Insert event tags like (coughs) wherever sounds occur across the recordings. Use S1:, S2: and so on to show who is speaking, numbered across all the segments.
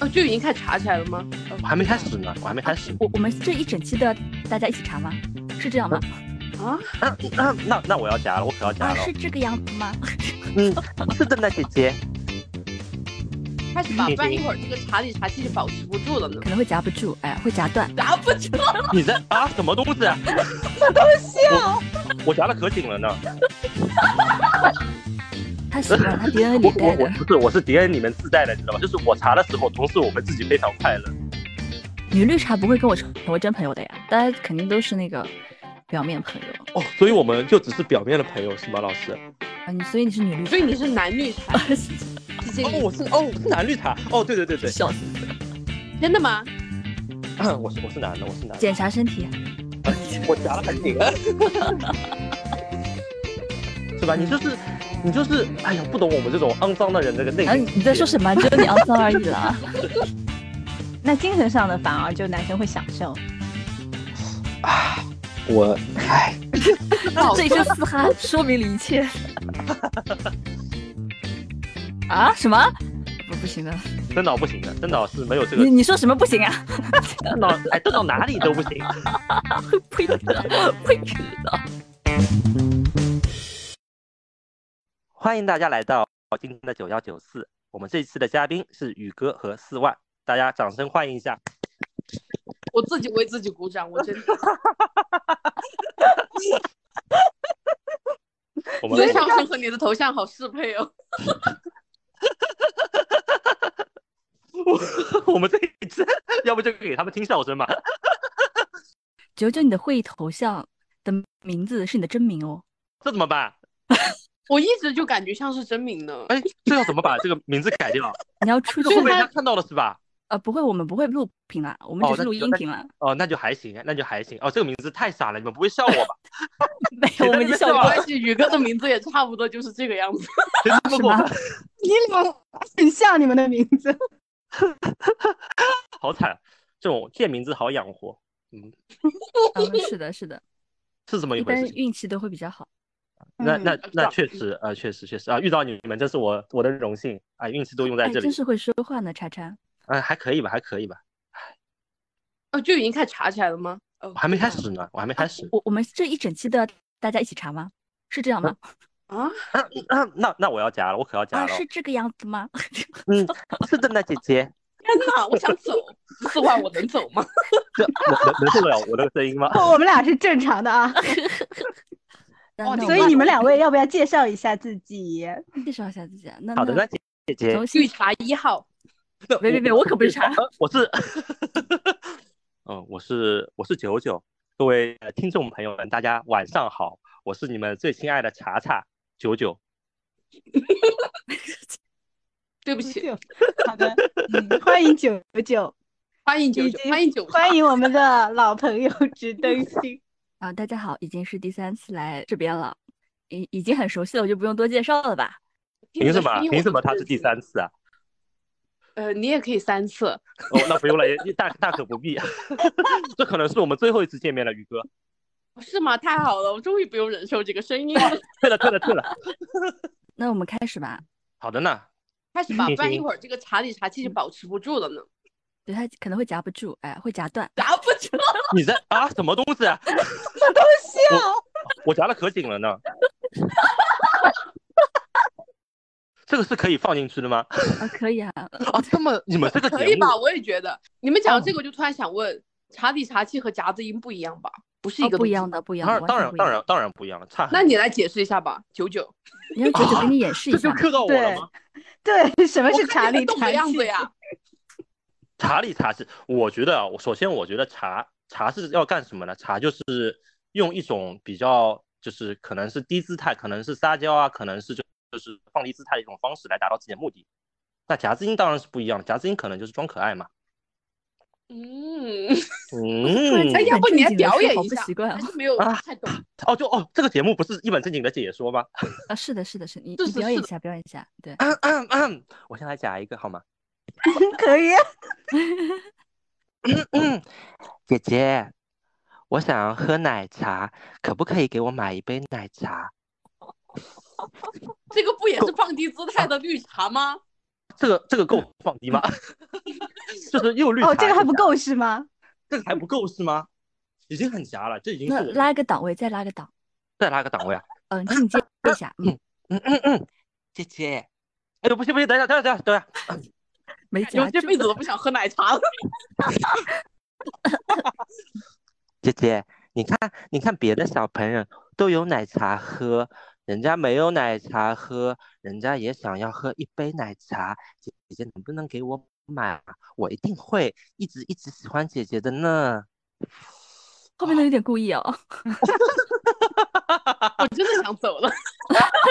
S1: 哦，就已经开始查起来了吗？
S2: 我还没开始呢，我还没开始。
S3: 我我们这一整期都要大家一起查吗？是这样吗？
S1: 啊，
S2: 那那嗯那那我要夹了，我可要夹
S3: 啊，
S2: 了。
S3: 是这个样子吗？
S2: 嗯，是的呢，姐姐。
S1: 开始吧，不然一会儿这个查理查气就保持不住了呢。
S3: 可能会夹不住，哎，会夹断。
S1: 拿啊不住，
S2: 你在啊？什么东西？啊？
S1: 笑，
S2: 我夹的可紧了呢。
S3: 他喜
S2: (laughs)
S3: 欢他 DNA 里
S2: 我
S3: 带
S2: 我我
S3: 的，
S2: 不是，我是敌人里面自带的，知道吗？就是我查的时候，同时我们自己非常快乐。
S3: 女绿茶不会跟我成为真朋友的呀，大家肯定都是那个表面朋友。
S2: 哦，所以我们就只是表面的朋友，是吗，老师？
S3: 啊，你所以你是女绿茶
S1: 所以你是男绿茶，
S3: (laughs)，
S1: 姐姐
S2: 哦，
S1: 你
S2: 我是哦，我是男绿茶。哦，对对对对
S3: 笑死！
S1: 真的吗？
S2: (clears throat) 我是我是男的，我是男的。
S3: 检查身体，
S2: (laughs) 我夹的很紧 (laughs) 啊，是吧？你就是你就是，哎呀，不懂我们这种肮脏的人这个内
S3: 啊，
S2: 心
S3: 你
S2: 世界。
S3: 你在说什么？只有你肮脏而已啦。
S4: (laughs) 那精神上的反而就男生会享受，
S2: 我哎，
S1: 老
S3: 这一声嘶哈说明了一切。啊？什么？不不行的，
S2: 邓导不行的，邓导是没有这个
S3: 你，你说什么不行
S2: (laughs)
S3: 啊？
S2: 邓导哎，邓导哪里都不行。
S3: 不知道，不知道。
S2: (laughs) 欢迎大家来到今天的九幺九四，我们这一次的嘉宾是宇哥和四万，大家掌声欢迎一下。
S1: 我自己为自己鼓掌，我 (laughs) 真的
S2: 我
S1: 你
S2: 们
S1: 的上身和你的头像好适配哦。
S2: (laughs) 我们这一次， (laughs) 要不就给他们听笑声吧。
S3: 九九，你的会议头像的名字是你的真名哦。
S2: 这怎么办？
S1: 我一直就感觉像是真名呢。
S2: 哎，这要怎么把这个名字改掉？
S3: 你要出
S2: 这
S3: 去
S2: 个会被人家看到了是吧？
S3: 呃，不会，我们不会录屏啦，我们只
S2: 哦
S3: 是
S2: 那
S3: 录
S2: 就
S3: 音
S2: 那
S3: 频啦。
S2: 哦，那就还行，那就还行。哦，这个名字太傻了，你们不会笑我吧？
S3: (laughs) 没有，我们已经笑
S1: 没
S3: 过了。
S1: 关系，宇哥的名字也差不多就是这个样子。
S2: 谁这么
S3: 是
S2: 过
S3: 吗
S2: 分？
S4: 你俩很像你们的名字。
S2: (laughs) 好惨，这种贱名字好养活，啊
S3: 嗯，是的，是的，
S2: 是这么
S3: 一
S2: 一回
S3: 般
S2: 事。
S3: 运气都会比较好。
S2: 那那
S1: 嗯
S2: 那确实啊、呃确实确实啊、遇到你们真是我我的荣幸啊、运气都用在
S3: 哎，
S2: 这里
S3: 真。是会说话呢，叉叉。
S2: 哎、还可以吧，还可以吧，
S1: 哦，就已经开始查起来了吗？哦
S2: 我，还没开始呢，我还没开始。
S3: 我我们这一整期都要大家一起查吗？是这样吗？
S1: 啊，
S2: 啊啊那那我要夹了，我可要夹
S3: 啊，
S2: 嗯了。
S3: 是这个样子吗？ (laughs)
S2: 嗯，是的呢，姐姐。
S1: 天哪，我想走，四万我能走吗？
S2: 这能能能受得了我的声音吗？
S4: 我们俩是正常的啊，
S3: (laughs) 那
S1: 哦
S3: 那我
S4: 所以你们两位要不要介绍一下自己？
S3: 介绍一下自己啊。那
S2: 好的，那姐姐姐
S3: 从
S1: 绿茶一号，
S2: 那呃
S3: 别别别我可不是茶，
S2: 我是，嗯，我是我是九九，各位呃听众朋友们，大家晚上好，我是你们最亲爱的茶茶九九。
S1: 对不起，
S4: 好的，嗯欢迎九九，
S1: 欢迎九
S4: 已
S1: 九，
S4: 经
S1: 欢迎九，
S4: 欢。迎我们的老朋友直登星。
S3: 啊，大家好，已经是第三次来这边了，已已经很熟悉了，我就不用多介绍了吧。
S2: 凭什么？凭什么他是第？三次啊？
S1: 呃，你也可以三次。
S2: 哦，那不用了，也大大可不必。 (laughs) 这可能是我们最后一次见面了，宇哥。
S1: 是吗？太好了，我终于不用忍受这个声音
S2: (laughs)
S1: 了。
S2: 退了，退了，退了。
S3: 那我们开始吧。
S2: 好的呢，
S1: 开始吧，
S2: 行
S1: 不
S2: (laughs)
S1: 然一
S2: 行
S1: 会儿这个茶里茶气就保持不住了呢。
S3: 对他可能会夹不住，哎，会夹断。
S1: 拿不住，
S2: 你在啊？什么东西啊？
S4: 笑，
S2: 我夹的可紧了呢。 (laughs) 这个是可以放进去的吗？
S3: 啊，可以啊，
S4: (laughs)
S2: 啊，
S1: (laughs)
S2: 这么你们这个
S1: 可
S2: 节
S1: 以
S2: 目嗯
S1: 吧？我也觉得。你们讲到这个，我就突然想问，茶里茶气和夹子音不一样吧？不是一
S3: 哦
S1: 个
S3: 不
S1: 东
S3: 一
S1: 西
S3: 样
S1: 吧。
S3: 的，不一样
S2: 当然
S3: 的，
S2: 当然
S3: 完全不一
S2: 当
S3: 样。
S2: 然当然不一样了，差很
S1: 那你来解释一下吧，九九。
S3: 你让九九给你演示
S2: 哦这
S3: 一
S2: 就
S3: 下嘛。
S2: 刻到我了吗？
S4: 对，什么
S1: 我
S4: 是
S1: 看
S4: 查
S1: 你们
S4: 理
S1: 懂
S4: 查
S1: 的样
S4: 理
S1: 子呀。
S2: 茶里茶是，我觉得啊，我首先我觉得茶茶是要干什么呢？茶就是用一种比较就是可能是低姿态，可能是撒娇啊，可能是就就是放低姿态的一种方式来达到自己的目的。那夹子音当然是不一样的，夹子音可能就是装可爱嘛。
S1: 嗯， (laughs)
S2: 嗯
S1: 哎，要不你来
S3: 很正经地
S1: 表
S3: 说
S1: 演
S3: 好
S1: 一
S3: 不
S1: 下
S3: 习惯啊
S1: 还
S4: (laughs)
S1: 是没有
S2: 啊
S1: 太懂。
S2: 哦就哦，这个节目不是一本正经的解说吗？
S3: 啊，是的，是的，是你
S1: 是
S3: 你
S1: 是
S3: 表演
S1: 是
S3: 一下，表演一下。
S4: (laughs)
S3: 对，
S2: 嗯嗯嗯，我先来夹一个好吗？
S4: 可以？
S2: 嗯嗯，姐姐，我想喝奶茶，可不可以给我买一杯奶茶？
S1: 这个不也是放低姿态的绿茶吗？
S2: 这个这个够放低吗？ (laughs) 就是又绿茶
S4: 哦，这个还不
S2: 又
S4: 够是吗？
S2: 这个还不够是吗？已经很夹了，这已经
S3: 那
S2: 是我
S3: 呃拉个档位，再拉个档，
S2: 再拉个档位啊！
S3: 嗯，进阶一下，嗯，
S2: 嗯嗯嗯，姐姐，哎呦不行不行，等一下等一下等一下，
S3: 没
S1: 我
S3: (laughs) 夹
S1: 这
S3: 住
S1: 辈子都不想喝奶茶了。 (laughs)
S2: 姐姐，你看你看别的小朋友都有奶茶喝，人家没有奶茶喝，人家也想要喝一杯奶茶，姐姐能不能给我买啊？我一定会一直一直喜欢姐姐的呢。
S3: 后
S2: 啊
S3: 面的有点故意哦， (laughs)
S1: 我真的想走了。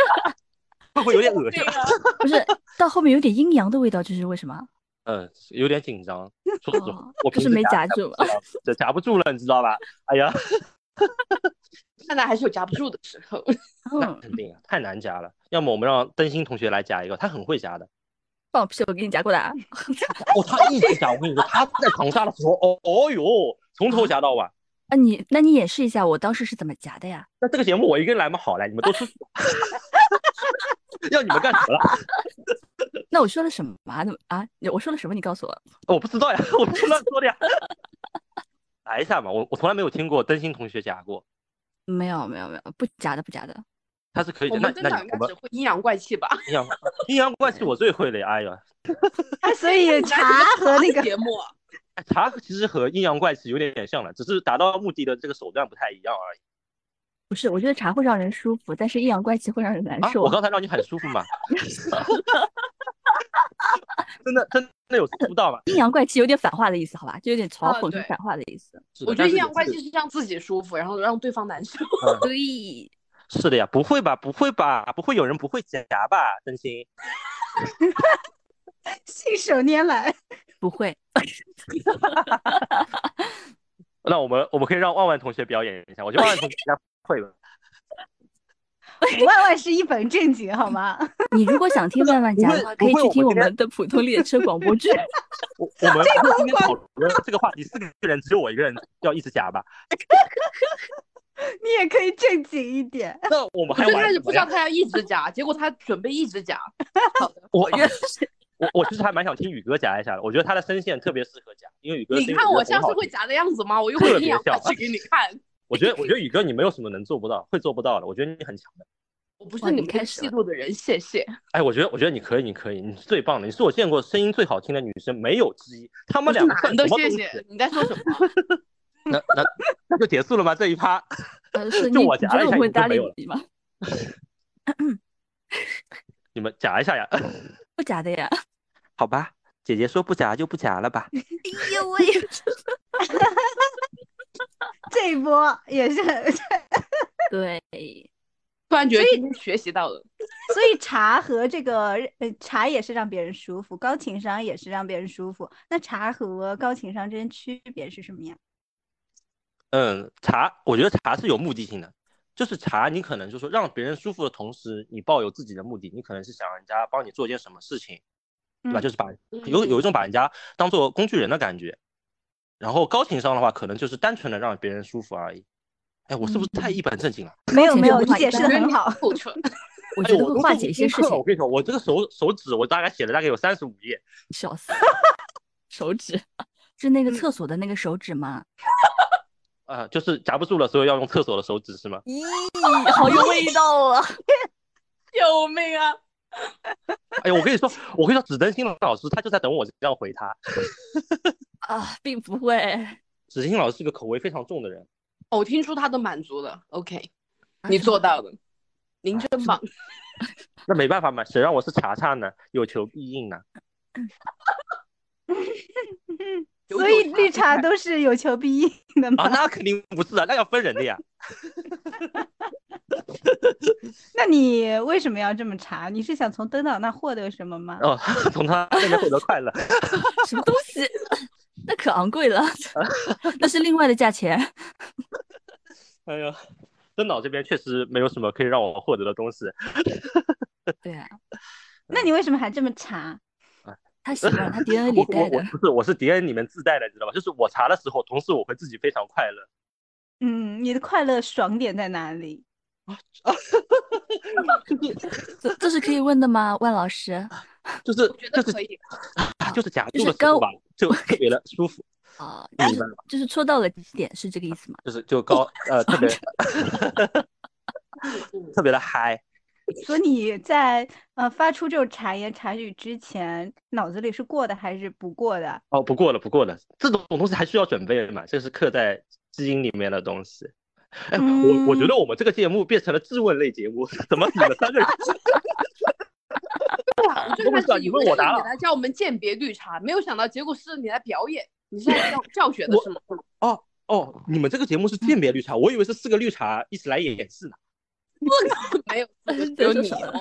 S2: (laughs) 会不会有点恶
S1: 对
S2: 心？
S1: 啊，
S3: 不是到后面有点阴阳的味道，这是为什么？
S2: 嗯，有点紧张，说实话
S3: 哦，
S2: 我
S3: 不
S2: 平时
S3: 是没夹住
S2: 不知道，这夹不住了，你知道吧？哎呀，
S1: (laughs) 看来还是有夹不住的时候。
S2: 那 (laughs)
S3: 嗯，
S2: 肯定啊，太难夹了。要么我们让灯芯同学来夹一个，他很会夹的。
S3: 放屁，我给你夹过来啊， (laughs)
S2: 哦，他一直夹，我跟你说，他在长沙的时候，哦，哦哟，从头夹到尾。
S3: 啊你那你演示一下我当时是怎么夹的呀？
S2: 那这个节目我一个人来嘛，好嘞，你们都出去吧。 (laughs) 要你们干什么了？
S3: 那我说了什么啊？怎么啊？你我说了什么？你告诉我。
S2: 我不知道呀，我不知道说的呀。来一下嘛，我我从来没有听过灯芯同学夹过，
S3: 没有没有没有，不夹的不夹的。
S2: 他是可以
S1: 我
S2: 的。那
S1: 们真
S2: 那
S1: 的应
S2: 你我
S1: 该只
S2: 们
S1: 会阴阳怪气吧？ (laughs)
S2: 阴阳阴阳怪气我最会了呀，哎呀，
S4: 啊，所以茶和那
S1: (laughs)
S4: 个
S1: 节目，
S2: 哎茶其实和阴阳怪气有点像了，只是达到目的的这个手段不太一样而已。
S3: 不是，我觉得茶会让人舒服，但是阴阳怪气会让人难
S2: 啊，
S3: 受。
S2: 我刚才让你很舒服嘛？真的真的有舒服到吗？
S3: 阴阳怪气有点反话的意思，好吧？就有点嘲
S1: 啊
S3: 讽跟
S1: 对
S3: 反话的意思。
S2: 是的
S1: 我觉得阴
S2: 但是
S1: 阳怪
S2: 也
S1: 气是让自己舒服，然后让对方难
S2: (laughs)
S1: 受。
S2: 嗯
S3: 所以
S2: 是是的呀，不会吧？不会吧？不会有人不会夹吧？真心
S4: 信手拈来，
S3: 不会，
S2: 那我们我们可以让万万同学表演一下，我觉得万万同学应该会吧。
S1: (laughs)
S4: 万万是一本正经好吗？
S3: (laughs)
S4: (laughs)
S3: 你如果想听万万
S2: 不
S3: 夹
S2: 会
S3: 的话，可以
S2: 不会
S3: 去
S2: 我
S3: 听
S2: 们
S3: 我
S2: 今天
S3: 们的普通列车广播剧。
S2: (laughs) 我我们今天讨论这个话题，四个人只有我一个人要一直夹吧？
S4: 你也可以正经一点。
S1: 哎
S2: 那我们还
S1: 最
S2: 玩
S1: 开始
S2: 什
S1: 不
S2: 么
S1: 知道
S2: 呀？
S1: 他要一直夹，结果他准备一直
S2: (laughs)
S1: 夹。
S2: 我
S3: 原来是
S2: (laughs) 我我其实还蛮想听宇哥夹一下的，我觉得他的声线特别适合夹，因为宇哥
S1: 你
S2: 声音
S1: 看
S2: 我
S1: 我
S2: 觉得
S1: 像
S2: 很好
S1: 是会
S2: 听
S1: 夹的样子吗？我又会阴阳怪气
S2: (laughs)
S1: 给你看。(laughs)
S2: 我觉得我觉得宇哥你没有什么能做不到，会做不到的，我觉得你很强的。
S1: 我不
S3: 哇
S1: 是你们
S3: 你开
S1: 这
S3: 始
S1: 戏
S3: 了
S1: 路的人，谢谢。
S2: 哎，我觉得我觉得你可以，你可以，你是最棒的，你是我见过声音最好听的女生，没有之一。他
S1: 我
S2: 们
S1: 是
S2: 两个算
S1: 男
S2: 什
S1: 的，
S2: 么东
S1: 谢
S2: 西？
S1: 谢。你在
S2: (laughs)
S1: 说什么？
S2: 那那那就结束了吗？这一趴？ (laughs)
S3: 呃，是
S2: 就
S3: 你
S2: 我
S3: 你
S2: 夹
S3: 觉
S2: 了
S3: 得
S2: 一下
S3: 我会
S2: 你就
S3: 搭
S2: 没
S3: 理
S2: 有了
S3: 你吗？
S2: 你们夹一下呀？
S3: 不夹的呀。
S2: (laughs) 好吧，姐姐说不夹就不夹了吧。
S3: 哎呦喂！
S4: 这一波也是 (laughs) 很，
S3: (laughs) 对，
S1: 突然觉得今天学习到了。
S4: 所以茶和这个呃茶也是让别人舒服，高情商也是让别人舒服。那茶和高情商之间区别是什么呀？
S2: 嗯，茶，我觉得茶是有目的性的，就是茶，你可能就说让别人舒服的同时，你抱有自己的目的，你可能是想让人家帮你做件什么事情，对吧？
S4: 嗯
S2: 就是把有有一种把人家当做工具人的感觉。然后高情商的话，可能就是单纯的让别人舒服而已。哎，我是不是
S3: 嗯
S2: 太一本正经了？
S4: 没有
S3: 情
S4: 没
S3: 商
S4: 有，
S3: 的
S4: 你
S3: 话一
S4: 解释的
S3: 般
S4: 很好。
S1: 透彻。
S3: 我
S2: 哎
S3: 觉得
S2: 我
S3: 会
S2: 都
S3: 化
S2: 做
S3: 解
S2: 功
S3: 一些事
S2: 课哦
S3: 情
S2: 我。跟你说，我这个手手指，我大概写了大概有三十五页。
S3: 笑死，手指 (laughs) 是那个
S1: 嗯
S3: 厕所的那个手指吗？
S2: 呃，就是夹不住了，所以要用厕所的手指是吗？
S3: 咦，
S2: 哎
S3: 好有味道啊！
S1: (laughs) 救命啊！
S2: 哎呀，我跟你说，我跟你说，紫灯心老师他就在等我这样回他。
S3: (laughs) 啊，并不会，
S2: 紫金老师是个口味非常重的人。
S1: 哦我听出他的满足了。OK，你
S4: 哎
S1: 做到了，您真棒。
S2: 那没办法嘛，谁让我是查查呢？有求必应啊呢。
S1: 有
S4: 所以
S1: 酒
S4: 绿茶都是有求必应的
S2: 啊，
S4: 嘛？
S2: 那肯定不是啊，那要分人的呀。
S4: 那你为什么要这么查？你是想从登岛那获得什么吗？
S2: 哦，从他那边获得快乐。 (laughs)
S3: 什么东西？ (laughs) 那可昂贵了，那是另外的价钱。
S2: 哎呀，登岛这边确实没有什么可以让我获得的东西。
S3: 对啊，
S4: 那你为什么还这么查？
S3: 他喜欢，他 DNA 里
S2: (laughs) 我我
S3: 带
S2: 我
S3: 的。
S2: 不是，我是 DNA 里面自带的，知道吧？就是我查的时候，同时我会自己非常快乐。
S4: 嗯，你的快乐爽点在哪里？
S3: 这这是可以问的吗？万老师，
S2: 就是
S1: 我觉
S2: 就
S1: 得
S2: 是啊
S1: 可以。
S2: 就是夹
S3: 就
S2: 住
S3: 是
S2: 的时候
S3: 高
S2: 吧，就特别的
S1: (laughs)
S2: 舒服，
S3: 啊、
S2: 明
S3: 就是
S2: 白了
S3: 就是戳到了点，是这个意思吗？
S2: 就是就高呃
S1: (laughs)
S2: 特别特别的嗨。
S4: 所以你在呃发出这种茶言茶语之前，脑子里是过的还是不过的？
S2: 哦，不过了，不过了，这种东西还需要准备的嘛，这是刻在基因里面的东西。哎，我我觉
S4: 嗯
S2: 得我们这个节目变成了质问类节目，怎么你们三个
S1: (laughs)
S2: 人
S1: 我最
S2: 我
S1: 开
S2: 不知道
S1: 始
S2: 你
S1: 以
S2: 问
S1: 为
S2: 我
S1: 是
S2: 答
S1: 你
S2: 了
S1: 来教我们鉴别绿茶，没有想到结果是你来表演。你是来教教学的
S2: 我
S1: 是吗？
S2: 哦，你们这个节目是鉴别绿茶，我以为是四个绿茶一起来演戏呢。
S1: 没有， (laughs) 只
S3: 对
S1: 有
S3: 就
S1: 你
S3: 是
S1: 哦。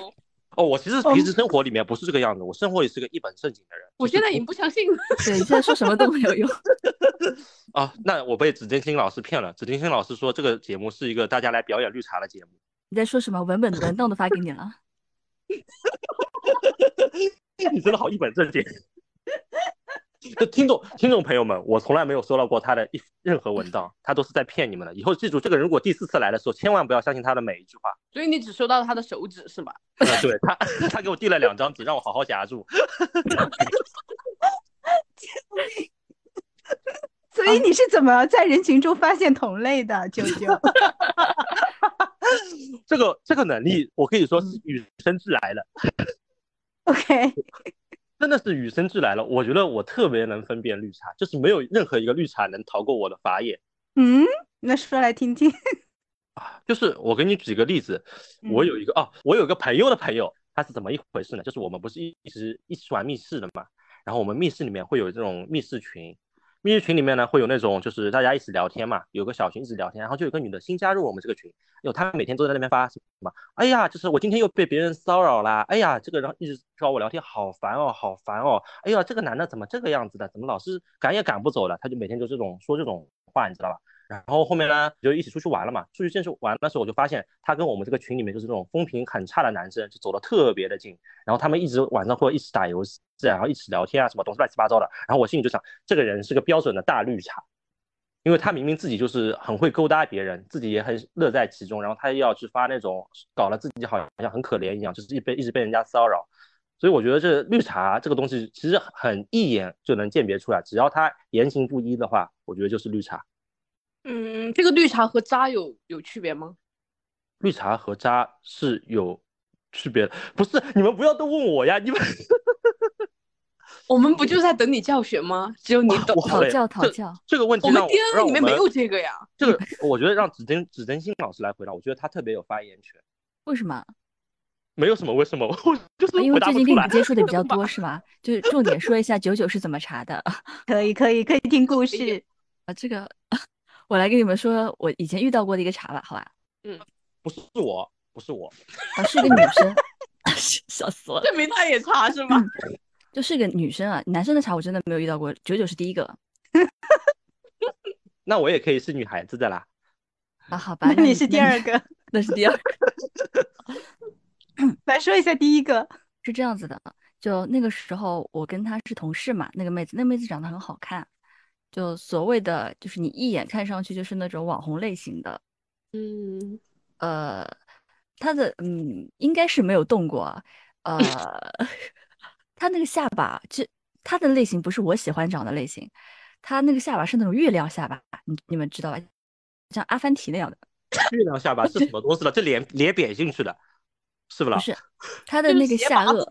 S2: 哦，我其实平时生活里面不是这个样子，我生活里是个一本正经的人。
S1: 我
S2: 就是
S1: 现在已经不相信了。 (laughs)
S3: 对，你现在说什么都没有用。 (laughs)
S2: 啊，那我被指定星老师骗了。指定星老师说这个节目是一个大家来表演绿茶的节目。
S3: 你在说什么？
S2: (laughs)
S3: 文本文档都发给你了。
S2: 哎你真的好一本
S1: (laughs)
S2: 正经。就听众听众朋友们，我从来没有收到过他的一任何文档，他都是在骗你们的。以后记住，这个人如果第四次来的时候，千万不要相信他的每一句话。
S1: 所以你只收到他的手指是吧？
S2: (laughs) 呃、对他，他给我递了两张纸，让我好好夹住。
S4: 所以你是怎么在人群中发现同类的，九九？
S2: 这个这个能力，我可以说是与生俱来的，
S4: (laughs) OK，
S2: 真的是与生俱来了。我觉得我特别能分辨绿茶，就是没有任何一个绿茶能逃过我的法眼。
S4: 嗯，那说来听听。
S2: 就是我给你举个例子，我有一个、哦，我有一个朋友的朋友，他是怎么一回事呢？就是我们不是一一直一起玩密室的嘛，然后我们密室里面会有这种密室群，密室群里面呢会有那种就是大家一起聊天嘛，有个小群一起聊天，然后就有个女的新加入我们这个群，有她每天都在那边发什么，哎呀，就是我今天又被别人骚扰啦，哎呀，这个人一直找我聊天，好烦哦，好烦哦，哎呀，这个男的怎么这个样子的，怎么老是赶也赶不走了，他就每天就这种说这种话，你知道吧？然后后面呢，就一起出去玩了嘛。出去正式玩的时候，我就发现他跟我们这个群里面就是这种风评很差的男生，就走的特别的近。然后他们一直晚上会一起打游戏，然后一起聊天啊，什么东西乱七八糟的。然后我心里就想，这个人是个标准的大绿茶，因为他明明自己就是很会勾搭别人，自己也很乐在其中，然后他又要去发那种搞了自己好像很可怜一样，就是一被一直被人家骚扰。所以我觉得这绿茶这个东西其实很一眼就能鉴别出来，只要他言行不一的话，我觉得就是绿茶。
S1: 嗯，这个绿茶和渣有有区别吗？
S2: 绿茶和渣是有区别的，不是你们不要都问我呀，
S3: (laughs)
S2: 你们
S1: 我们不就在等你教学吗？只有你懂。
S2: 我好
S3: 讨
S2: 累
S3: 教讨
S2: 这
S3: 教，
S2: 这个问题
S1: 我们
S2: 让
S1: DNA
S2: 让
S1: 里
S2: 我
S1: 面
S2: 们
S1: 没有这个呀。
S2: 这个我觉得让指真指真心老师来回答，我觉得他特别有发言权。
S3: 为什么？
S2: 没有什么为什么， (laughs) 我就是
S3: 啊因
S2: 回
S3: 为
S2: 答
S3: 最
S2: 不出
S3: 近跟你
S2: 来。
S3: 接触的比较多，是吗？就是重点说一下九九是怎么查的
S4: 可以，可以，可以听故
S1: 以
S4: 事。
S3: 啊？这个我来跟你们说，我以前遇到过的一个查吧，好吧？
S2: 不是我，不是我，
S3: 啊，是一个女生， (laughs) 笑死我了。
S1: 证明他也查是吗？
S3: 就是个女生啊，男生的茶我真的没有遇到过，九九是第一个
S2: 那我也可以是女孩子的
S3: (laughs)
S2: 啦。
S3: 啊，好吧
S4: 那？
S3: 那
S4: 你是第二，个，
S3: 那你那是第二个，
S4: 来说一下第一个。
S3: 是这样子的，就那个时候我跟她是同事嘛，那个妹子，那个妹子长得很好看，就所谓的就是你一眼看上去就是那种网红类型的，
S1: 嗯，
S3: 呃，她的嗯应该是没有动过啊，呃， (laughs) 她那个下巴，这她的类型不是我喜欢长的类型，她那个下巴是那种月亮下巴，你你们知道吧？像阿凡提那样的。
S2: 月亮下巴是什么东西了？这脸脸扁进去的，是不啦
S3: 不？是他的那个下颚，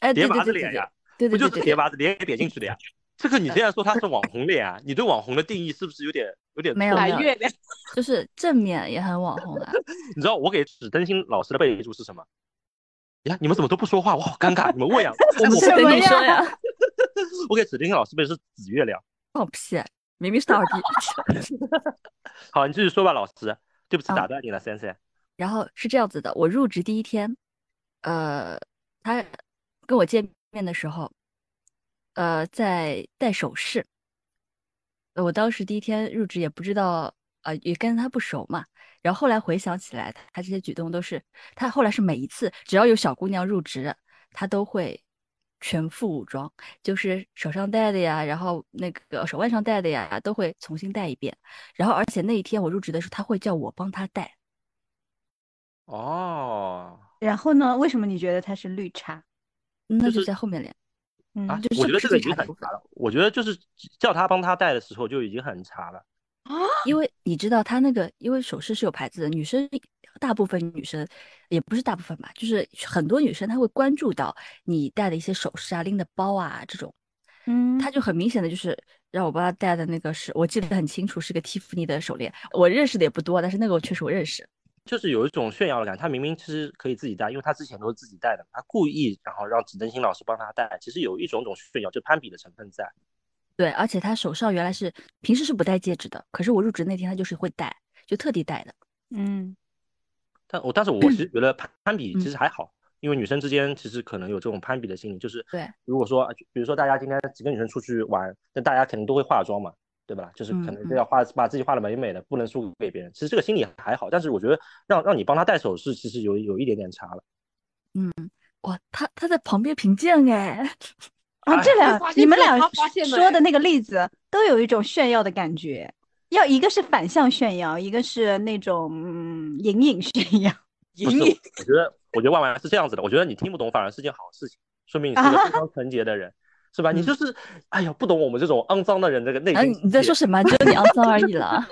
S3: 哎，
S2: 叠
S3: 对对
S2: 麻
S3: 对
S2: 子
S3: 对
S2: 脸呀，
S3: 对
S2: 不
S3: 对对
S2: 就
S3: 对
S2: 是
S3: 对
S2: 叠麻子脸扁进去的呀？这个你现在说他是网红脸啊？你对网红的定义是不是有点有点
S3: 没有
S2: 错
S1: 白
S3: 没有
S1: 月
S3: (laughs)
S1: 亮。
S3: 就是正面也很网
S2: (laughs)
S3: 红啊。
S2: 你知道我给史登新老师的备注是什么？呀，你们怎么都不说话？我好尴尬，你们问呀。哎
S3: 我们
S2: 我
S3: 在
S4: 什
S3: 等
S4: 么
S3: 你说
S4: 呀
S3: 呀，
S2: (laughs) 我给史登新老师备注是紫月亮。
S3: 放屁，明明是他耳鼻。
S2: 好，你继续说吧，老师。对不起，
S3: 啊
S2: 打断你了，先生。
S3: 然后是这样子的，我入职第一天，呃，他跟我见面的时候，呃，在戴首饰。呃我当时第一天入职也不知道，呃，也跟他不熟嘛。然后后来回想起来，他这些举动都是他后来是每一次只要有小姑娘入职，他都会全副武装，就是手上戴的呀，然后那个手腕上戴的呀，都会重新戴一遍。然后而且那一天我入职的时候，他会叫我帮他戴，
S2: 哦，
S4: 然后呢？为什么你觉得它是绿茶？
S3: 那
S2: 就是
S3: 在后面练。
S4: 嗯，
S2: 啊，
S3: 就是
S2: 我觉得
S3: 是
S2: 这个
S3: 最
S2: 已经
S3: 差的
S2: 很
S3: 部
S2: 查了。我觉得就是叫他帮他带的时候就已经很查了。
S3: 因为你知道他那个，因为首饰是有牌子的，女生大部分女生也不是大部分吧，就是很多女生她会关注到你戴的一些首饰啊、拎的包啊这种，
S4: 嗯，
S3: 她就很明显的就是让我帮她戴的那个是我记得很清楚，是个蒂芙尼的手链，我认识的也不多，但是那个我确实我认识，
S2: 就是有一种炫耀的感觉，他明明是可以自己带，因为他之前都是自己带的，他故意然后让指正新老师帮他带，其实有一种种炫耀，就攀比的成分在。
S3: 对，而且她手上原来是平时是不戴戒指的，可是我入职那天她就是会戴，就特地戴的，
S4: 嗯，
S2: 但我但是我其实觉得攀攀比
S3: 嗯
S2: 其实还好，因为女生之间其实可能有这种攀比的心理，就是
S3: 对，
S2: 如果说比如说大家今天几个女生出去玩，那大家肯定都会化妆嘛，对吧？就是可能
S3: 嗯
S2: 都要化把自己化的美美的，不能输给别人。其实这个心理还好，但是我觉得让让你帮她戴首饰，其实有有一点点差了。
S3: 哇，她她在旁边评鉴哎，
S4: 哦，
S2: 哎
S4: 这俩
S1: 发现
S4: 你们
S1: 没有
S4: 俩
S1: 他发现没
S4: 说的那个例子都有一种炫耀的感觉，要一个是反向炫耀，一个是那种嗯隐隐炫
S3: (laughs)
S4: 耀。
S2: 不是，我觉得我觉得万万是这样子的，我觉得你听不懂反而是件好事情，说明你是一个
S3: 啊
S2: 非常纯洁的人，是吧？你就是哎呀，不懂我们这种肮脏的人这个内
S3: 啊
S2: 心
S3: 嗯你
S2: 世界。
S3: 你在说什么？只有你肮脏而已了。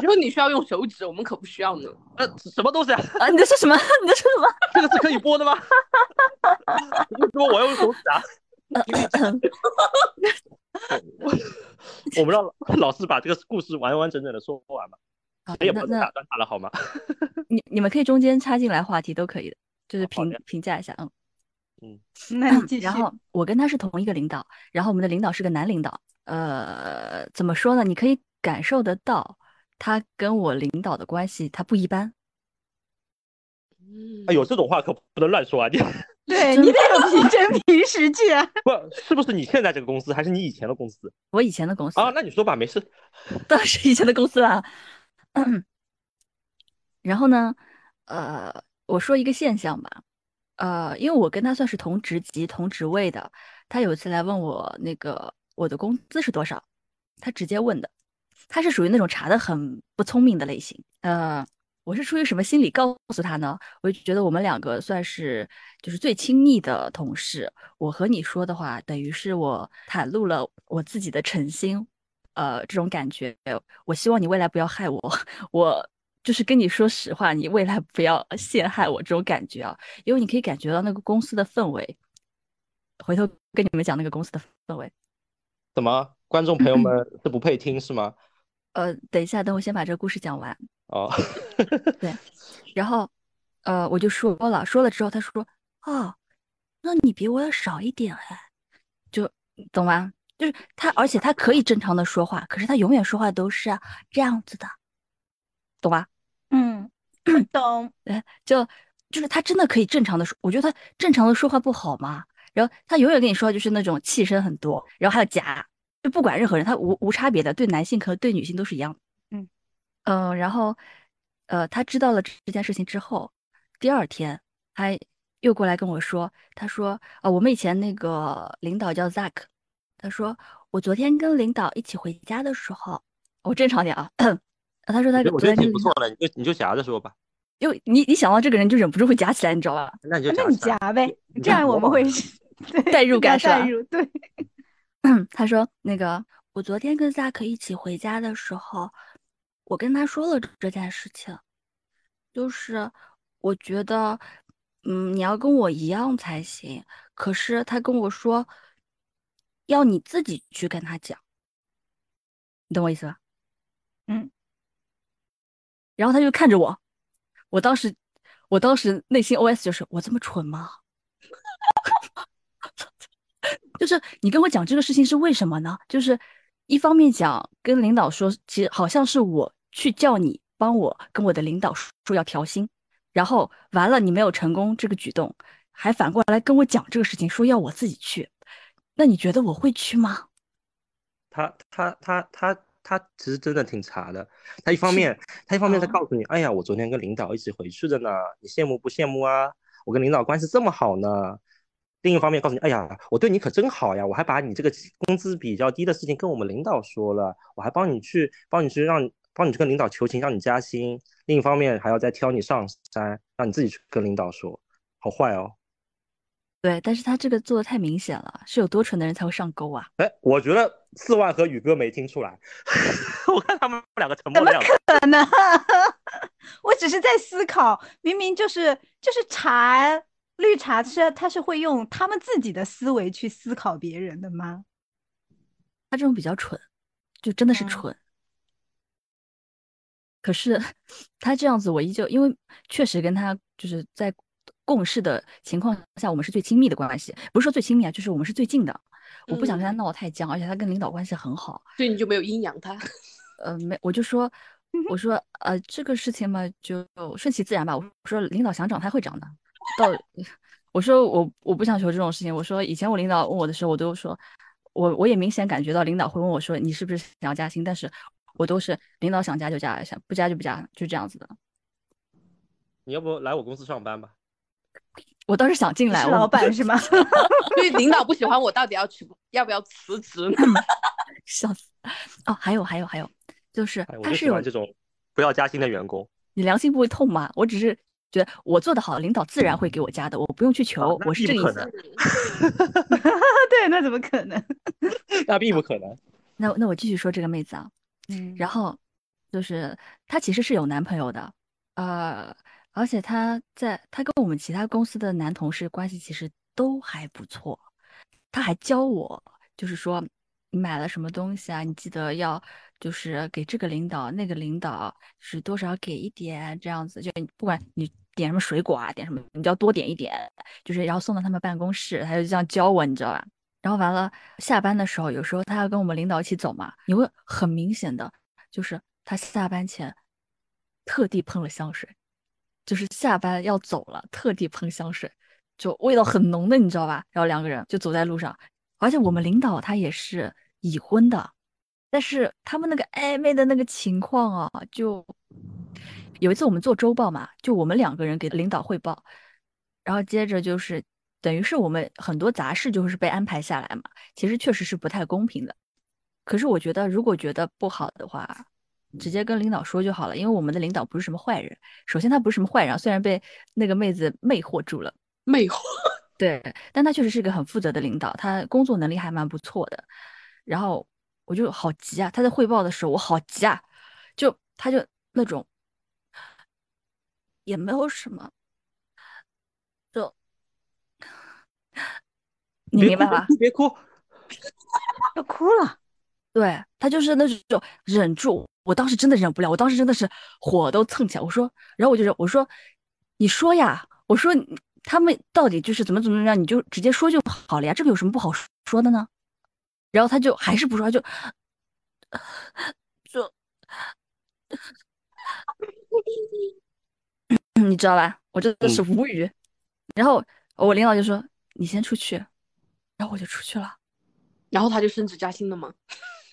S1: 只有你需要用手指，我们可不需要呢。
S2: 呃什么东西啊？
S3: 啊，你在说什么？ (laughs) 你在说什么？
S2: 这个是可以播的吗？ (laughs) 为什么我要用手指啊？
S3: 呃
S2: 我们让老老师把这个故事完完整整的说完吧，
S3: 啊
S2: 谁也
S3: 那
S2: 不能打
S3: 那
S2: 断他了，好吗？
S3: 你你们可以中间插进来话题都可以的，就是
S2: 哦好
S3: 评
S2: 的
S3: 评价一下，嗯。
S4: 那你继续。
S3: 然后我跟他是同一个领导，然后我们的领导是个男领导，呃，怎么说呢？你可以感受得到他跟我领导的关系，他不一般。
S1: 嗯
S2: 哎呦，，这种话可不能乱说啊！你 (laughs)
S4: 对
S3: 真
S4: 你得有凭真凭实据啊。
S2: 不是不是你现在这个公司，还是你以前的公司
S3: 我以前的公司
S2: 啊？那你说吧，没事。
S3: (laughs) 当时以前的公司啦。然后呢，呃，我说一个现象吧，呃，因为我跟他算是同职级、同职位的，他有一次来问我那个我的工资是多少，他直接问的，他是属于那种查的很不聪明的类型，呃。我是出于什么心理告诉他呢？我就觉得我们两个算是就是最亲密的同事。我和你说的话，等于是我袒露了我自己的诚心，呃这种感觉。我希望你未来不要害我， (laughs) 我就是跟你说实话，你未来不要呃陷害我这种感觉啊，因为你可以感觉到那个公司的氛围。回头跟你们讲那个公司的氛围。
S2: 怎么，观众朋友们是不配听是吗？
S3: 呃，等一下，等我先把这个故事讲完。
S2: 哦，
S3: 然后，呃，我就说了，说了之后，他说，哦，那你比我要少一点哎，就懂吗？就是他，而且他可以正常的说话，可是他永远说话都是啊这样子的，懂吧？
S4: (laughs) 嗯，懂。
S3: 就就是他真的可以正常的说，我觉得他正常的说话不好吗？然后他永远跟你说就是那种气声很多，然后还有夹，就不管任何人，他无无差别的对男性和对女性都是一样的。
S4: 嗯
S3: 嗯、然后呃，他知道了这这件事情之后，第二天他又过来跟我说，他说啊、我们以前那个领导叫 Zack，他说我昨天跟领导一起回家的时候，我正常点啊， (coughs) 他说他
S2: 我觉得
S3: 昨
S2: 我觉得挺
S3: 天跟领
S2: 不
S3: 导
S2: 错，的，你就你就夹着说吧，
S3: 因为你你想到这个人就忍不住会夹起来，你知道吧？
S2: 那你就
S4: 啊那
S2: 夹
S4: 你
S2: 起来
S4: 夹呗，
S2: 你
S4: 这
S2: 夹
S4: 样我
S2: 馍
S4: 们
S2: 吧
S4: 会对
S3: 代入
S4: 比较
S3: 感是吧
S4: 代入对。
S3: (clears throat) 他说：“那个，我昨天跟萨克一起回家的时候，我跟他说了这件事情，就是我觉得，嗯，你要跟我一样才行。可是他跟我说，要你自己去跟他讲，你懂我意思吧？
S4: 嗯。
S3: 然后他就看着我，我当时，我当时内心 OS 就是：我这么蠢吗？就是你跟我讲这个事情是为什么呢？就是一方面讲跟领导说，其实好像是我去叫你帮我跟我的领导说说要调薪，然后完了你没有成功这个举动，还反过来跟我讲这个事情，说要我自己去，那你觉得我会去吗？
S2: 他他他他他其实真的挺茶的。他一方
S3: 是
S2: 面，他一方面
S4: 嗯
S2: 在
S3: 啊
S2: 告诉你，哎呀，我昨天跟领导一起回去的呢，你羡慕不羡慕啊？我跟领导关系这么好呢。另一方面告诉你，哎呀，我对你可真好呀，我还把你这个工资比较低的事情跟我们领导说了，我还帮你去帮你去让帮你去跟领导求情，让你加薪。另一方面还要再挑你上山，让你自己去跟领导说，好坏哦。
S3: 对，但是他这个做的太明显了，是有多蠢的人才会上钩啊！
S2: 哎，我觉得四万和宇哥没听出来， (laughs) 我看他们两个沉默
S4: 怎么
S2: 了。
S4: 可能？我只是在思考，明明就是就是茶绿茶是他是会用他们自己的思维去思考别人的吗？
S3: 他这种比较蠢，就真的是
S4: 嗯
S3: 蠢。可是 (laughs) 他这样子，我依旧因为确实跟他就是在共事的情况下，我们是最亲密的关系，不是说最亲密啊，就是我们是最近的。我不想跟他
S1: 嗯
S3: 闹得太僵，而且他跟领导关系很好。
S1: 所以你就没有阴阳 (laughs) 他。
S3: 呃，没，我就说，
S4: 嗯
S3: 我说，呃，这个事情嘛，就顺其自然吧。我说，领导想涨，他会涨的。到， (laughs) 我说我我不想求这种事情。我说，以前我领导问我的时候，我都说，我我也明显感觉到领导会问我说，你是不是想要加薪？但是我都是领导想加就加，想不加就不加，就这样子的。
S2: 你要不来我公司上班吧？
S3: 我倒是想进
S4: 你
S3: 来，
S4: 是
S3: 我
S4: 老板是吗？ (laughs)
S1: 所以领导不喜欢我，到底要去要不要辞职呢？
S3: (laughs) 笑死。哦，还有还有还有，就是
S2: 哎，我就
S3: 他
S2: 是喜
S3: 有
S2: 欢这种不要加薪的员工。
S3: 你良心不会痛吗？我只是觉得我做的好，领导自然会给我加的，我不用去求，
S2: 那
S3: 我是
S2: 必
S3: 这
S2: 不
S3: 个意
S2: 可能
S3: 思。
S4: 对，那怎么可能？
S2: 那并不可能。
S3: 那那我继续说这个妹子啊，
S4: 嗯
S3: 然后就是她其实是有男朋友的，呃，而且她在她跟我们其他公司的男同事关系其实都还不错，她还教我，就是说你买了什么东西啊，你记得要就是给这个领导那个领导是多少给一点这样子，就你不管你点什么水果啊，点什么你就要多点一点，就是然后送到他们办公室，她就这样教我，你知道吧？然后完了，下班的时候，有时候他要跟我们领导一起走嘛，你会很明显的，就是他下班前特地喷了香水，就是下班要走了，特地喷香水，就味道很浓的，你知道吧？然后两个人就走在路上，而且我们领导他也是已婚的，但是他们那个暧昧的那个情况啊，就有一次我们做周报嘛，就我们两个人给领导汇报，然后接着就是等于是我们很多杂事就是被安排下来嘛，其实确实是不太公平的。可是我觉得，如果觉得不好的话，直接跟领导说就好了，因为我们的领导不是什么坏人。首先，他不是什么坏人啊，虽然被那个妹子魅惑住了，
S1: 魅惑。
S3: 对，但他确实是一个很负责的领导，他工作能力还蛮不错的。然后我就好急啊，他在汇报的时候我好急啊，就他就那种也没有什么，就你
S2: 别
S3: 明白
S2: 哭别
S3: 吧？
S2: 哭别哭，
S4: 要哭了，
S3: 对，他就是那种忍住，我当时真的忍不了，我当时真的是火都蹭起来。我说，然后我就忍我说，你说呀，我说你他们到底就是怎么怎么样，你就直接说就好了呀，这个有什么不好说说的呢？然后他就还是不说，他就就 (laughs) 你知道吧？我真的是无语。然后我领导就说：“你先出去。”然后我就出去了。
S1: 然后他就升职加薪了吗？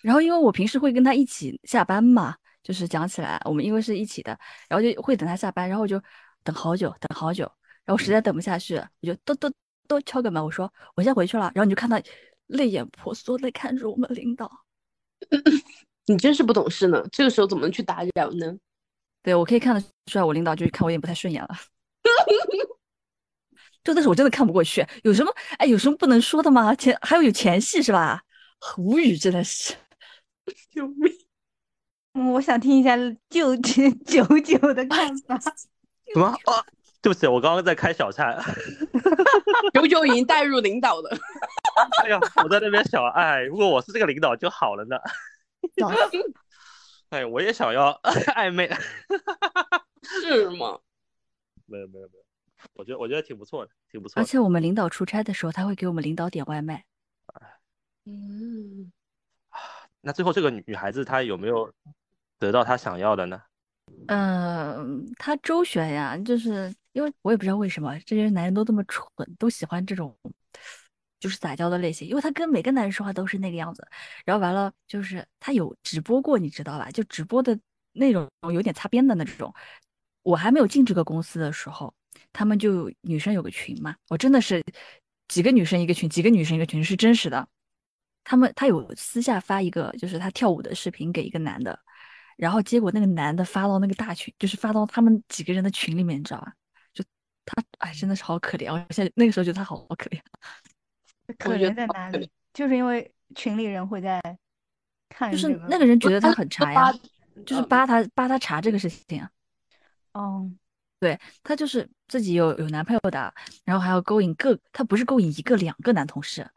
S3: 然后因为我平时会跟他一起下班嘛，就是讲起来我们因为是一起的，然后就会等他下班，然后我就等好久，等好久，然后实在等不下去，我就咚咚咚敲个门，我说我先回去了，然后你就看他泪眼婆娑的看着我们领导，
S1: 你真是不懂事呢，这个时候怎么能去打扰呢？
S3: 对我可以看得出来，我领导就是看我有点不太顺眼了。 (laughs) 就但是我真的看不过去，有什么哎，有什么不能说的吗？前还有有前戏是吧？很无语，真的是。
S1: 救命！啊
S4: 嗯我想听一下舅舅九九的看法。
S2: 什么啊？对不起，我刚刚在开小差。
S1: 九九已经带入领导了，
S2: 哎呀，我在那边想，哎，如果我是这个领导就好了呢。
S3: 笑死
S2: 哎，我也想要 (laughs) 暧昧。
S1: 是吗？
S2: 没有没有没有，我觉得我觉得挺不错的，挺不错
S3: 而
S2: 的。
S3: 且我们领导出差的时候，他会给我们领导点外卖。
S1: 嗯，
S2: 那最后这个女女孩子她有没有得到她想要的呢？
S3: 嗯，他周旋呀，就是因为我也不知道为什么这些男人都这么蠢，都喜欢这种就是撒娇的类型，因为他跟每个男人说话都是那个样子。然后完了，就是他有直播过，你知道吧？就直播的内容有点擦边的那种。我还没有进这个公司的时候，他们就女生有个群嘛，我真的是几个女生一个群，几个女生一个群是真实的。他们他有私下发一个就是他跳舞的视频给一个男的，然后结果那个男的发到那个大群，就是发到他们几个人的群里面，你知道吧？就他哎，真的是好可怜，我现在那个时候觉得他好可怜。
S4: 可
S1: 我觉得
S4: 怜在
S1: 好
S4: 哪
S1: 可
S4: 里？就是因为群里人会在看
S1: 哎
S3: 就是
S4: 这个
S3: 那个人觉得他很
S1: 就
S3: 查呀
S1: 扒，
S3: 就是
S1: 嗯，
S3: 扒他扒他查这个事情啊，
S4: 哦，
S3: 他就是自己有有男朋友的，然后还要勾引各，他不是勾引一个两个男同事，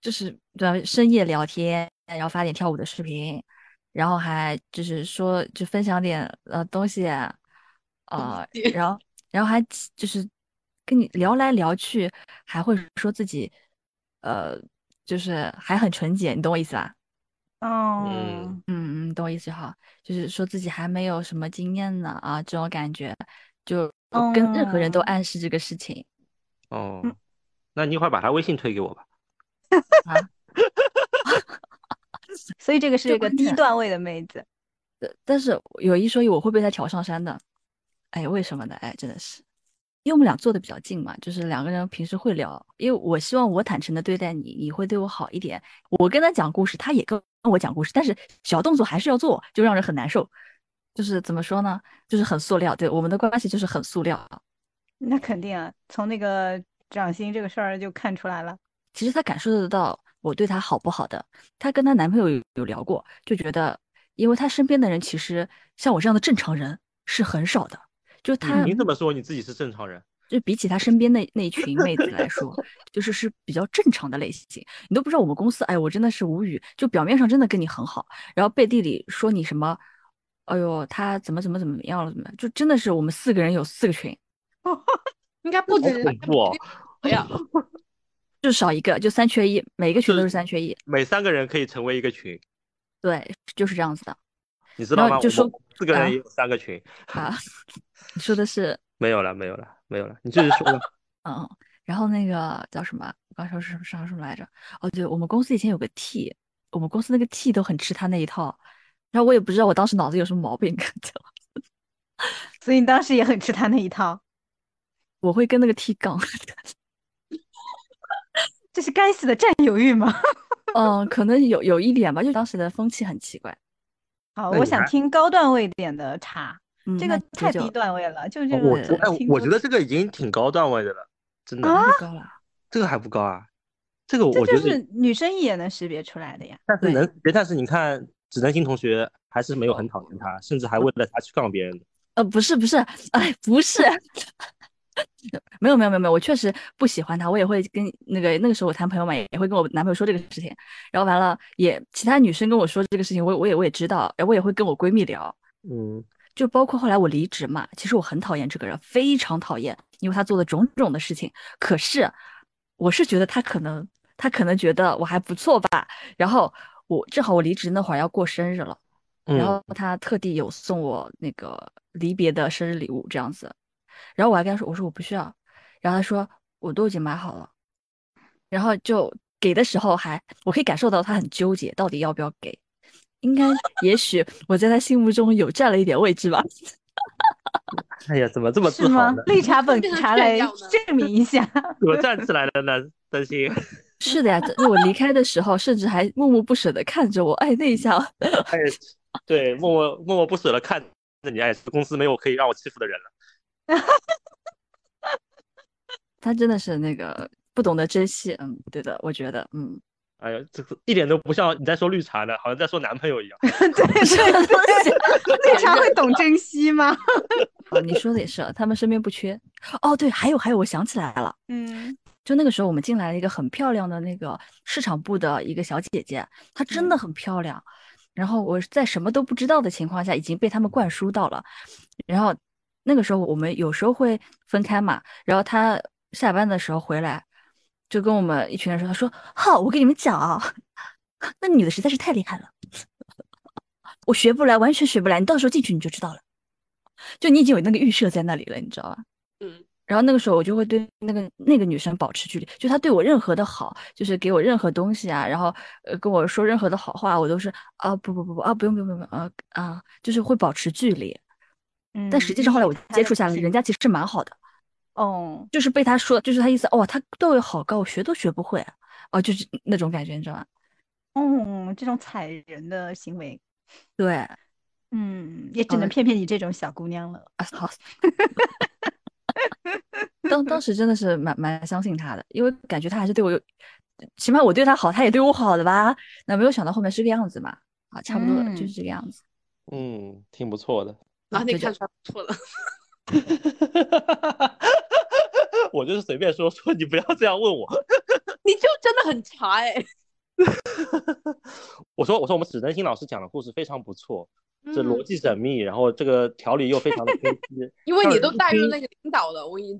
S3: 就是对吧？深夜聊天，然后发点跳舞的视频，然后还就是说就分享点呃东西，呃
S1: 对
S3: 然后然后还起就是跟你聊来聊去，还会说自己呃就是还很纯洁，你懂我意思吧？
S4: 哦，
S3: 嗯嗯，懂我意思哈，就是说自己还没有什么经验呢啊，这种感觉，就跟任何人都
S4: 哦
S3: 暗示这个事情
S2: 哦
S4: 嗯，
S2: 那你一会儿把他微信推给我吧。
S3: 啊。
S4: 所以这个
S3: 这
S4: 是一个
S3: 关
S4: 低
S3: 键
S4: 段位的妹子。
S3: 呃但是有一说一，我会被他挑上山的。哎，为什么呢？哎，真的是，因为我们俩坐的比较近嘛，就是两个人平时会聊。因为我希望我坦诚的对待你，你会对我好一点。我跟他讲故事，他也跟我讲故事，但是小动作还是要做，就让人很难受。就是怎么说呢？就是很塑料，对我们的关系就是很塑料。
S4: 那肯定啊，从那个掌心这个事儿就看出来了。
S3: 其实她感受得到我对她好不好的。她跟她男朋友有有聊过，就觉得，因为她身边的人其实像我这样的正常人是很少的，就她
S2: 你你怎么说你自己是正常人？
S3: 就比起她身边那那一群妹子来说，就是是比较正常的类型。你都不知道我们公司，哎，我真的是无语。就表面上真的跟你很好，然后背地里说你什么，哎呦，他怎么怎么怎么样了，怎么样就真的是我们四个人有四个群，
S1: 应该不止
S2: 好恐怖哦！
S1: 哎呀，
S3: 就少一个，就三缺一，每个群都是三缺一。
S2: 每三个人可以成为一个群，
S3: 对，就是这样子的
S2: 你知道
S3: 然
S2: 吗？
S3: 后就
S2: 我们
S3: 说
S2: 四个
S3: 啊
S2: 人也有三个群，
S3: 啊。你说的是。
S2: 没有了，没有了，没有了。你继续
S4: (laughs)
S2: 说吧。
S3: 嗯，然后那个叫什么？我刚说什么说什么来着？哦，对，我们公司以前有个 T，我们公司那个 T 都很吃他那一套。然后我也不知道我当时脑子有什么毛病，
S4: 所以你当时也很吃他那一套，
S3: 我会跟那个 T (laughs) 杠。
S4: 这是该死的占有欲吗？ (laughs)
S3: 嗯，可能有有一点吧，就当时的风气很奇怪。
S4: 好，
S2: 那
S4: 我
S2: 你
S4: 想
S2: 还
S4: 听高段位点的茶，
S3: 嗯，
S4: 这
S3: 那
S4: 个
S3: 这
S4: 太
S3: 就
S4: 低段位了，就这
S2: 我
S4: 个
S2: 我觉哎，
S4: 听
S2: 我
S4: 说
S2: 觉得这个已经挺高段位的了，真的，
S3: 太高了。
S2: 这个还不高啊。这个
S4: 这
S2: 我觉
S4: 就
S2: 得，
S4: 是女生一眼能识别出来的呀。
S2: 但是
S3: 对
S2: 能，别但是你看，只能新同学还是没有很讨厌他，甚至还为了他去杠别人。
S3: 呃，不是不是，哎，不是， (laughs) 没有没有没有没有，我确实不喜欢他，我也会跟那个那个时候我谈朋友嘛，也会跟我男朋友说这个事情，然后完了也其他女生跟我说这个事情，我也我也我也知道，我也会跟我闺蜜聊，
S2: 嗯，
S3: 就包括后来我离职嘛，其实我很讨厌这个人，非常讨厌，因为他做的种种的事情。可是我是觉得他可能，他可能觉得我还不错吧。然后我正好我离职那会儿要过生日了，
S2: 嗯
S3: 然后他特地有送我那个离别的生日礼物这样子，然后我还跟他说，我说我不需要，然后他说我都已经买好了，然后就给的时候还我可以感受到他很纠结，到底要不要给。应该，也许我在他心目中有占了一点位置吧。
S2: 哎呀，怎么这么
S4: 是
S2: 自豪
S4: 吗
S2: 呢？？
S4: 绿茶本
S1: 变成
S4: 茶
S1: 炫
S4: 来
S1: 耀呢
S4: 证明
S3: (laughs)
S4: 一下，
S2: 怎么站起来了呢？担心，
S3: 是的呀，这我离开的时候，甚至还默默不舍地看着我，哎，那一下，
S2: 哎，对，默默默默不舍得看着你，哎，公司没有可以让我欺负的人了。
S3: 他真的是那个不懂得珍惜，嗯，对的，我觉得，嗯， (laughs)
S2: 哎呀，这个一点都不像你在说绿茶呢，好像在说男朋友一样。
S4: 对对
S3: (laughs)
S4: 对，绿茶会懂珍惜吗？
S3: 哦，你说的也是，他们身边不缺。哦，对，还有还有，我想起来了，
S4: 嗯，
S3: 就那个时候我们进来了一个很漂亮的那个市场部的一个小姐姐，她真的很漂亮。然后我在什么都不知道的情况下，已经被他们灌输到了。然后那个时候我们有时候会分开嘛，然后她下班的时候回来，就跟我们一群人说，她说：“好，我跟你们讲啊， (laughs) 那女的实在是太厉害了，我学不来，完全学不来，你到时候进去你就知道了。”就你已经有那个预设在那里了，你知道吧？
S1: 嗯，
S3: 然后那个时候我就会对那个那个女生保持距离，就她对我任何的好，就是给我任何东西啊，然后呃跟我说任何的好话，我都是啊不不不不啊不用不用不用啊啊，
S4: 嗯
S3: 就是会保持距离。但实际上后来我接触下来，人
S4: 家
S3: 家其实是蛮好的，
S4: 哦，
S3: 就是被他说，就是他意思，哦，他段位好高，我学都学不会啊，哦，就是那种感觉，你知道吗？
S4: 嗯，这种踩人的行为，
S3: 对，
S4: 嗯，也只
S3: 好的
S4: 能骗骗你这种小姑娘了。
S3: 啊，好。当当时真的是蛮蛮相信他的，因为感觉他还是对我有，起码我对他好，他也对我好的吧。那没有想到后面是个样子嘛，啊，差不多了，就是
S4: 嗯
S3: 这个样子。
S2: 嗯，挺不错的。
S1: 啊，
S3: 对
S1: 你
S3: 对
S1: 看出来不错了。
S2: (laughs) 我就是随便说说，你不要这样问我。
S1: 你就真的很茶哎、
S2: 我说我说我们史珍新老师讲的故事非常不错，这逻
S1: 嗯，
S2: 辑缜密，然后这个条理又非常的清晰。 (laughs)
S1: 因为你
S2: 让
S1: 都
S2: 人
S1: 带入
S2: 听
S1: 那个领导了，我已
S2: (laughs)
S1: 经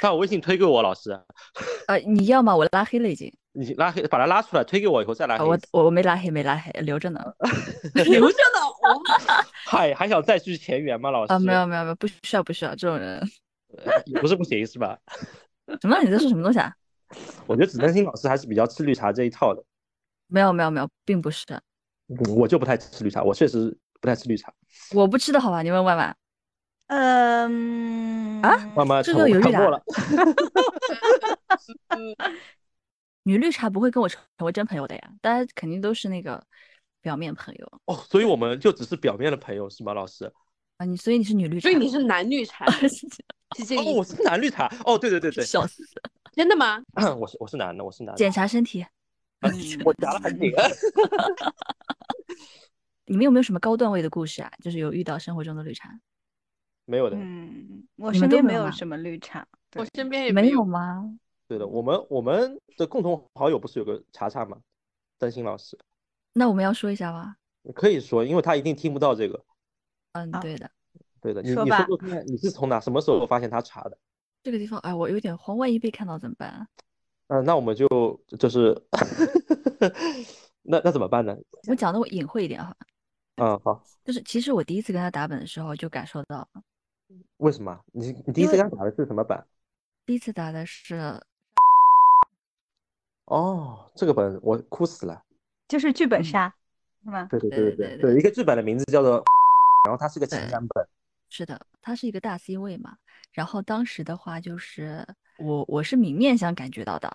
S2: 把我微信推给我，老师，啊
S3: 呃，你要吗？我拉黑了已经，
S2: 你拉黑把他拉出来，推给我以后再拉
S3: 啊，
S2: 黑。哦
S3: 我我我没拉黑，没拉黑，留着呢。
S1: 留
S3: (laughs)
S1: 着呢。哦
S2: 嗨， (laughs) 还想再续前缘吗，老师？呃
S3: 啊，没有，没有没有，不需要不需要这种人。
S2: 也不是不行，是吧？
S3: 什么？你在说什么东西啊？
S2: 我觉得史珍新老师还是比较吃绿茶这一套的，
S3: 没有没有没有，并不是，
S2: 嗯我就不太吃绿茶，我确实不太吃绿茶。
S3: 我不吃的好吧？你问万万。啊
S4: 嗯
S2: 慢慢
S3: 这
S2: 沉
S3: 个
S2: 我
S3: 有
S2: 看
S3: 绿
S2: 过
S3: 茶
S2: 了，
S3: 女绿茶不会跟我成为真朋友的呀，大家肯定都是那个表面朋友
S2: 哦，所以我们就只是表面的朋友是吗，老师？
S3: 啊。你所以你是女啊绿茶，
S1: 所以你是男绿茶，
S3: (laughs)
S1: 是这个
S2: 哦，
S1: 意
S2: 我
S1: 思？
S2: 是男绿茶。哦，对对对对，
S3: 笑死！
S1: 真的吗？
S2: (clears throat) 我是我是男的，我是男的
S3: 检。查身体，
S2: 啊我夹得很紧。
S3: 你们有没有什么高段位的故事啊？就是有遇到生活中的绿茶，
S2: (laughs) 没有的，
S4: 嗯，我
S3: 你
S4: 身
S3: 们都
S4: 边
S3: 没
S4: 没
S3: 有
S4: 有
S3: 吗
S4: 什么绿茶，
S1: 我
S4: 对
S1: 身边也
S3: 没
S1: 有
S3: 有。吗？
S2: 对的。我们我们的共同好友不是有个查查吗？担心老师
S3: 那我们要说一下吗？
S2: 可以说，因为他一定听不到这个。
S3: 嗯，
S4: 好
S3: 对的，
S2: 对的，你
S4: 说
S2: 你
S4: 吧
S2: 说说看，你是从哪什么时候发现他查的？
S3: 这个地方，哎，我有点慌，万一被看到怎么办啊？
S2: 嗯、那我们就就是 (laughs) 那那怎么办呢？
S3: 我讲的我隐晦一点哈，
S2: 嗯，好，
S3: 就是其实我第一次跟他打本的时候就感受到，
S2: 为什么？啊你你第一
S3: 因
S2: 次
S3: 为
S2: 刚打的是什么版？
S3: 第一次打的是
S2: 哦，这个本我哭死了。
S4: 就是剧本
S3: 嗯
S4: 杀，是吗？
S2: 对对
S3: 对
S2: 对
S3: 对
S2: 对
S3: 对嗯
S2: 对，一个剧本的名字叫做， (laughs) 然后它是个情
S3: 对
S2: 感本。
S3: 是的，他是一个大 C 位嘛。然后当时的话，就是我我是明面上感觉到的，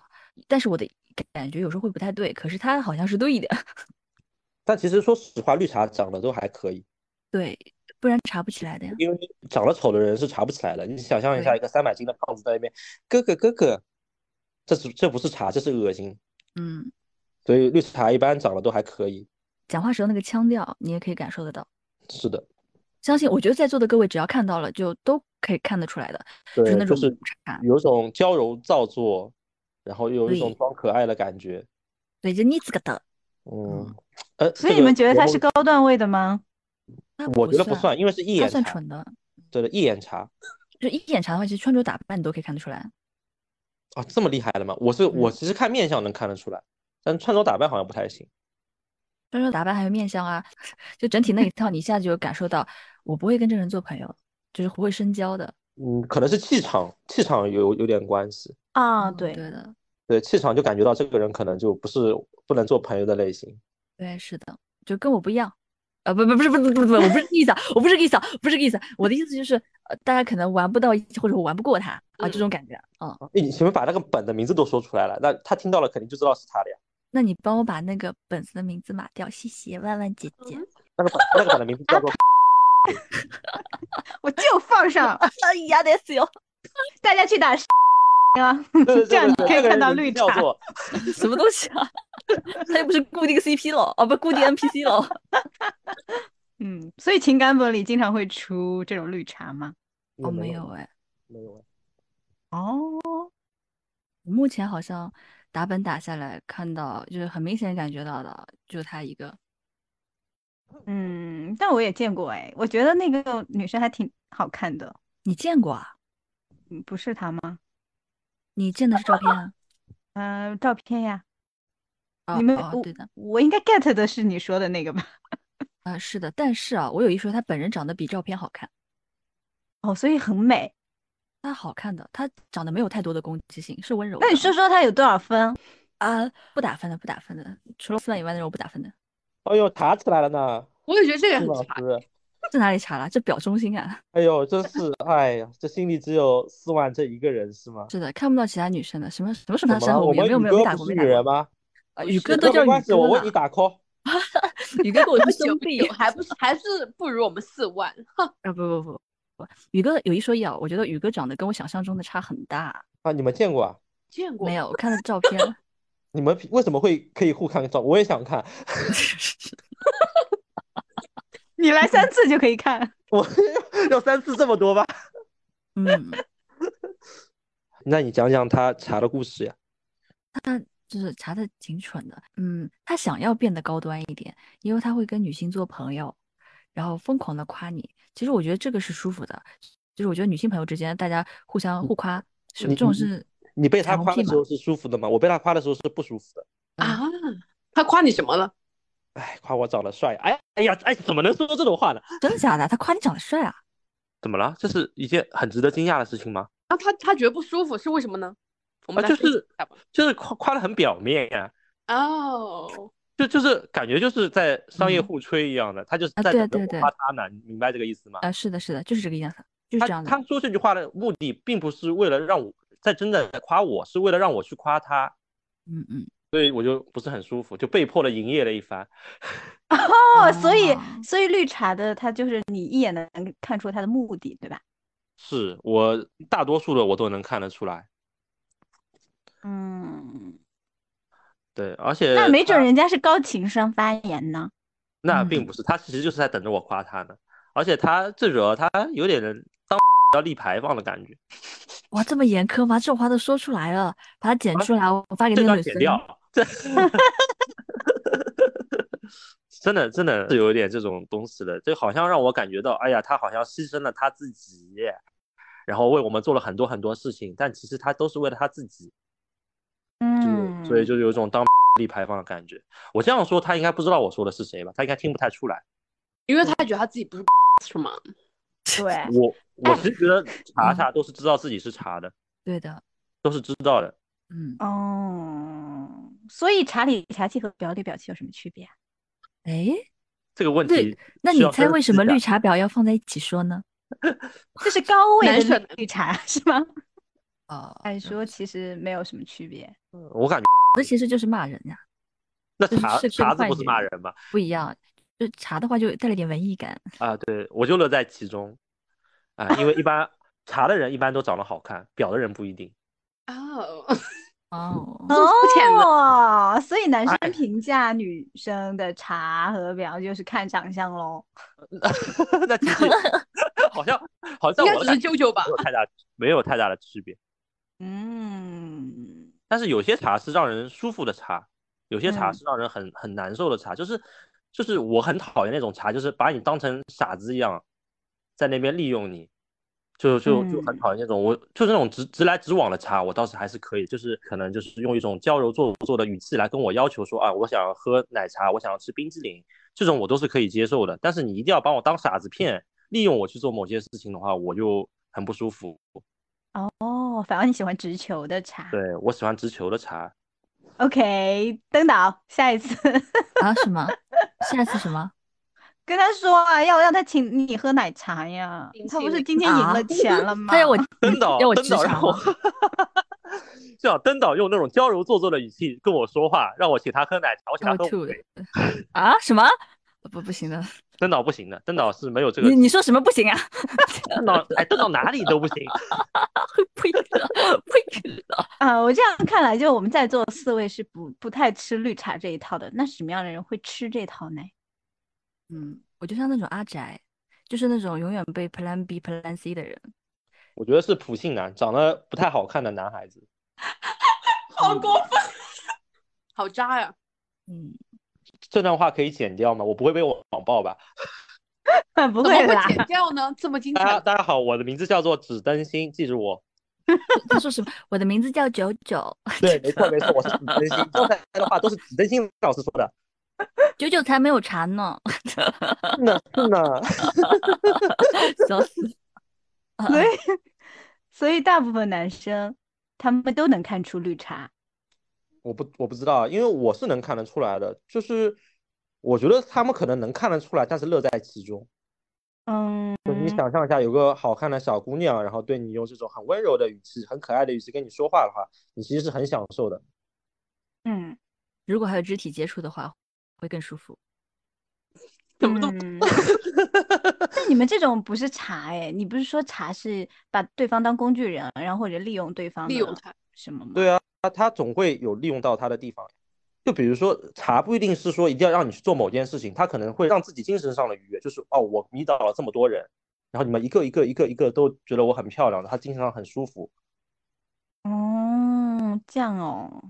S3: 但是我的感觉有时候会不太对，可是他好像是对的， (laughs)
S2: 但其实说实话，绿茶长得都还可以，
S3: 对，不然查不起来的呀。
S2: 因为长得丑的人是查不起来的。你想象一下，
S3: 对
S2: 一个三百斤的胖子在那边，哥哥哥哥，这是这不是查，这是恶心。
S3: 嗯，
S2: 所以绿茶一般长得都还可以。
S3: 讲话时候那个腔调，你也可以感受得到。
S2: 是的，
S3: 相信我觉得在座的各位只要看到了，就都可以看得出来的，就是
S2: 对，
S3: 那
S2: 就
S3: 种
S2: 是
S3: 茶。
S2: 有一种娇柔造作，然后又有一种
S3: 对
S2: 装可爱的感觉。
S3: 对，就你这个的，
S2: 嗯，呃，
S4: 所以
S2: 这
S4: 你
S2: 个
S4: 们觉得他
S2: 我
S4: 是高段位的吗？
S3: 他
S2: 我觉得不
S3: 算，
S2: 算，因为是一
S3: 他
S2: 眼
S3: 算
S2: 茶。
S3: 蠢的，
S2: 对的，一眼茶
S3: 就一眼查的话，其实穿着打扮你都可以看得出来。
S2: 啊，这么厉害的吗？我是我
S3: 嗯
S2: 其实看面相能看得出来，但穿着打扮好像不太行。
S3: 穿着打扮还有面相啊， (laughs) 就整体那一套，你一下就有感受到，我不会跟这人做朋友，就是不会深交的。
S2: 嗯，可能是气场，气场有有点关系。
S4: 啊，
S3: 嗯
S4: 对，
S3: 对的，
S2: 对，气场就感觉到这个人可能就不是不能做朋友的类型。
S3: 对，是的，就跟我不一样。啊，不不不是不是不是不是，我不是这个意思，啊，我不是这个意思，啊，不是这个意思啊，我的意思就是，呃，大家可能玩不到一起，或者我玩不过他啊，这
S1: 嗯
S3: 种感觉，嗯。
S2: 哎，你前面把那个本的名字都说出来了，那他听到了肯定就知道是他的呀。
S3: 那你帮我把那个本子的名字码掉，谢谢，万万姐姐。
S2: 那个本那个本的名字叫做
S4: 我就
S3: (laughs)
S4: 放上，
S3: (laughs) 哎呀，得死哟！
S4: 大家去打啊，
S2: 对对
S4: 这样你
S2: 对
S4: 可
S2: 那
S4: 以
S2: 个
S4: 看
S2: 人
S4: 到
S2: 名字
S4: 绿
S2: 叫
S3: (laughs)
S4: 茶。
S2: 做
S3: 哦什么东西啊？ (laughs) 他又不是固定 CP 了，哦，不，固定 NPC 了。
S4: 嗯，所以情感本里经常会出这种绿茶吗？
S3: 哦， (laughs)
S2: 嗯
S3: 没
S2: 没
S3: 有哎，
S2: 没有。啊
S4: 哦，
S3: 我目前好像打本打下来，看到就是很明显感觉到的，就他一个。
S4: 嗯，但我也见过哎，我觉得那个女生还挺好看的，
S3: 你见过啊？
S4: 嗯不是她吗？
S3: 你见的是照片啊？
S4: 嗯、照片呀，
S3: 哦
S4: 你们
S3: 哦，
S4: 我
S3: 对的，
S4: 我应该 get 的是你说的那个吧？
S3: 啊、是的。但是啊，我有一说，他本人长得比照片好看，
S4: 哦，所以很美。
S3: 他好看的，他长得没有太多的攻击性，是温柔的。
S4: 那你说说她有多少分？
S3: 啊，不打分的，不打分的，除了四万以外的人我不打分的。
S2: 哎呦，查起来了呢，
S1: 我也觉得这个
S2: 陆
S1: 很
S2: 老
S1: 茶。
S2: 师。
S3: 这哪里查了？这表忠心啊！
S5: 哎呦，真是，哎呀，这心里只有四万这一个人是吗？
S3: 是的，看不到其他女生的，什么什么什
S5: 怎
S3: 么
S5: 么
S3: 生
S5: 了？
S3: 活，
S5: 我
S3: 也
S5: 们宇
S3: 没有没有没
S5: 哥
S3: 打
S5: 不
S3: 过
S5: 是
S3: 没
S5: 女
S3: 打
S5: 人
S3: 过。
S5: 吗？
S3: 啊，宇
S5: 宇
S3: 哥都
S5: 没
S3: 叫宇
S5: 关系，
S3: 哥
S5: 我为
S3: 了
S5: 你打 call。(laughs)
S3: 宇哥跟我是兄
S1: 有
S3: 弟
S1: 有，还不是还是不如我们四万。
S3: 啊！不不不不，宇哥有一说一啊，我觉得宇哥长得跟我想象中的差很大。
S5: 啊，你们见过啊？
S1: 见过
S3: 没？有，我看了照片，
S5: (laughs) 你们为什么会可以互看照？我也想看，
S4: 你来三次就可以看。
S2: (laughs)
S5: 我要三次这么多吧？
S3: 嗯，
S5: 那你讲讲他查的故事呀？
S3: 就是查的挺蠢的。嗯，他想要变得高端一点，因为他会跟女性做朋友，然后疯狂的夸你。其实我觉得这个是舒服的，就是我觉得女性朋友之间大家互相互夸，是
S5: 你
S3: 这种
S5: 你
S3: 是
S5: 你被他
S3: 彩虹
S5: 夸的
S3: 屁
S5: 时
S3: 嘛
S5: 候是舒服的吗？我被他夸的时候是不舒服的。
S1: 啊，他夸你什么了？
S5: 哎，夸我长得帅，
S2: 啊
S5: 哎哎呀，哎，怎么能说这种话呢？
S3: 真的假的？他夸你长得帅啊？
S2: 怎么了？这是一件很值得惊讶的事情吗？
S1: 那他他觉得不舒服是为什么呢？我们来
S2: 啊就是
S1: 分析一下吧
S2: 就是夸夸的很表面呀、
S1: 哦，
S2: 就就是感觉就是在商业
S3: 嗯
S2: 互吹一样的，他就是
S3: 啊
S2: 在
S3: 对
S2: 等着我
S3: 对对
S2: 夸他呢，你明白这个意思吗？
S3: 啊，是的，是的，就是这个样子，就是
S2: 他
S3: 这样的。
S2: 他说这句话的目的并不是为了让我在真的夸我，是为了让我去夸他，
S3: 嗯嗯，
S2: 所以我就不是很舒服，就被迫的营业了一番。
S4: (laughs) 哦，所以
S3: 啊
S4: 所以绿茶的他就是你一眼能看出他的目的，对吧？
S2: 是我大多数的我都能看得出来，
S4: 嗯，
S2: 对，而且
S4: 那没准
S2: 他
S4: 人家是高情商发言呢。
S2: 那并
S3: 嗯
S2: 不是，他其实就是在等着我夸他呢，而且他这惹他有点人当要立牌坊的感觉，
S3: 哇，这么严苛吗？这种话都说出来了，把它剪
S2: 啊
S3: 出来，我发给
S2: 这
S3: 那个
S2: 段
S3: 女
S2: 剪
S3: 生。
S2: 掉，这 (laughs) 真的真的是有一点这种东西的，就好像让我感觉到，哎呀，他好像牺牲了他自己，然后为我们做了很多很多事情，但其实他都是为了他自己，就是
S4: 嗯，
S2: 所以就是有一种当立牌坊的感觉。我这样说，他应该不知道我说的是谁吧？他应该听不太出来。
S1: 因为他觉得他自己不是是吗？
S4: 对，
S2: 我我
S4: 哎
S2: 其实觉得查
S3: (coughs) 嗯
S2: 查都是知道自己是查的，
S3: 对的，
S2: 都是知道的。
S3: 嗯，
S4: 哦，所以茶里茶气和表里表气有什么区别啊？
S3: 哎，
S2: 这个问
S3: 对
S2: 题，
S3: 那
S2: 需
S3: 你
S2: 要
S3: 猜
S2: 深
S3: 为
S2: 思
S3: 什么
S2: 一下
S3: 绿茶婊要放在一起说呢？(laughs)
S4: 这是高位
S1: 男
S4: 的
S1: 生
S4: 绿绿茶是 (laughs) 吗？
S3: 哦，
S2: 哎
S4: 按说其实没有什么区别。
S2: 我感觉
S3: 这其实就是骂人呀、
S2: 那
S3: 就是
S2: 查
S3: 社会
S2: 查字
S3: 幻
S2: 不是骂
S3: 觉
S2: 人吗？
S3: 不一样。就茶的话，就带了点文艺感。
S2: 啊，对，我就乐在其中啊，因为一般查的人一般都长得好看，表的人不一定。 (laughs)
S1: 哦，
S3: 哦，
S1: 这么肤浅的
S4: 哦，所以男生
S2: 哎
S4: 评价女生的茶和表就是看长相喽。
S2: 那其实 (laughs) 好像好像
S1: 应该
S2: 我
S1: 只
S2: 的
S1: 是
S2: 感觉
S1: 舅舅吧
S2: 没有太大没有太大的区别，
S4: 嗯，
S2: 但是有些茶是让人舒服的茶，有些茶
S4: 嗯
S2: 是让人很很难受的茶，就是就是我很讨厌那种茶，就是把你当成傻子一样，在那边利用你。就就就很
S4: 嗯
S2: 讨厌那种，我就是那种直直来直往的茶，我倒是还是可以，就是可能就是用一种娇柔做作的语气来跟我要求说啊，我想喝奶茶，我想要吃冰激凌，这种我都是可以接受的。但是你一定要把我当傻子骗，利用我去做某些事情的话，我就很不舒服。
S4: 哦，反而你喜欢直球的茶。
S2: 对我喜欢直球的茶，
S4: OK，登岛，下一次 (laughs)
S3: 啊什么？下次什么？
S4: 跟他说啊，要让他请你喝奶茶呀
S1: 冰。
S4: 他不
S1: 淇
S4: 是
S1: 淋
S4: 今天赢
S3: 啊
S4: 了钱了吗？
S3: (laughs)
S2: (laughs)
S3: 他要我
S2: 登岛
S3: 要我
S2: 登
S3: 职
S2: 岛让
S3: 场
S2: 我
S3: 吗？
S2: (laughs) 就想登岛用那种娇柔做作的语气跟我说话，让我请他喝奶 (laughs) 茶，我请
S3: 要
S2: 他
S3: 我
S2: 喝
S3: 吐
S2: 五
S3: 的
S2: 杯。
S3: 啊什么？不不行的，
S2: 登岛不行的，登岛是没有这个
S3: 你，你说什么不行啊？ (laughs)
S2: 登岛哎登岛哪里都不行。
S3: 呸 (laughs) 了呸了！
S4: 啊，我这样看来，就我们在座的四位是不不太吃绿茶这一套的。那什么样的人会吃这套呢？ (laughs)
S3: 嗯，我就像那种阿宅，就是那种永远被 Plan B、Plan C 的人。
S2: 我觉得是普信男，长得不太好看的男孩子。
S1: 好过分， (laughs) 好渣呀！
S3: 嗯，
S2: 这段话可以剪掉吗？我不会被网暴吧？
S1: 怎么
S4: 不会
S1: 会
S4: 啦，
S1: 剪掉呢？这么精
S2: 大家
S1: 彩，
S2: 大家好，我的名字叫做只灯芯，记住
S3: (laughs)
S2: 我。
S3: 他说什么？我的名字叫九九，
S2: 对，没错没错，我是只灯芯。刚才的话都是只灯芯老师说的。
S3: 九九才没有查呢，
S2: 是呢是呢，
S3: 笑死！
S4: 所以所以大部分男生他们都能看出绿茶。
S2: 我不我不知道，因为我是能看得出来的，就是我觉得他们可能能看得出来，但是乐在其中。
S4: 嗯，
S2: 就你想象一下，有个好看的小姑娘，然后对你用这种很温柔的语气、很可爱的语气跟你说话的话，你其实是很享受的。
S4: 嗯，
S3: 如果还有肢体接触的话，会更舒服。
S1: 怎么都 (laughs)
S4: 嗯那你们这种不是茶哎？你不是说茶是把对方当工具人，然后或者利用对方
S1: 利
S4: 的
S1: 用他
S4: 什么吗？
S2: 对啊，他他总会有利用到他的地方。就比如说茶，不一定是说一定要让你去做某件事情，他可能会让自己精神上的愉悦，就是哦，我迷倒了这么多人，然后你们一个一个一个一个都觉得我很漂亮，他精神上很舒服。
S4: 哦，这样哦，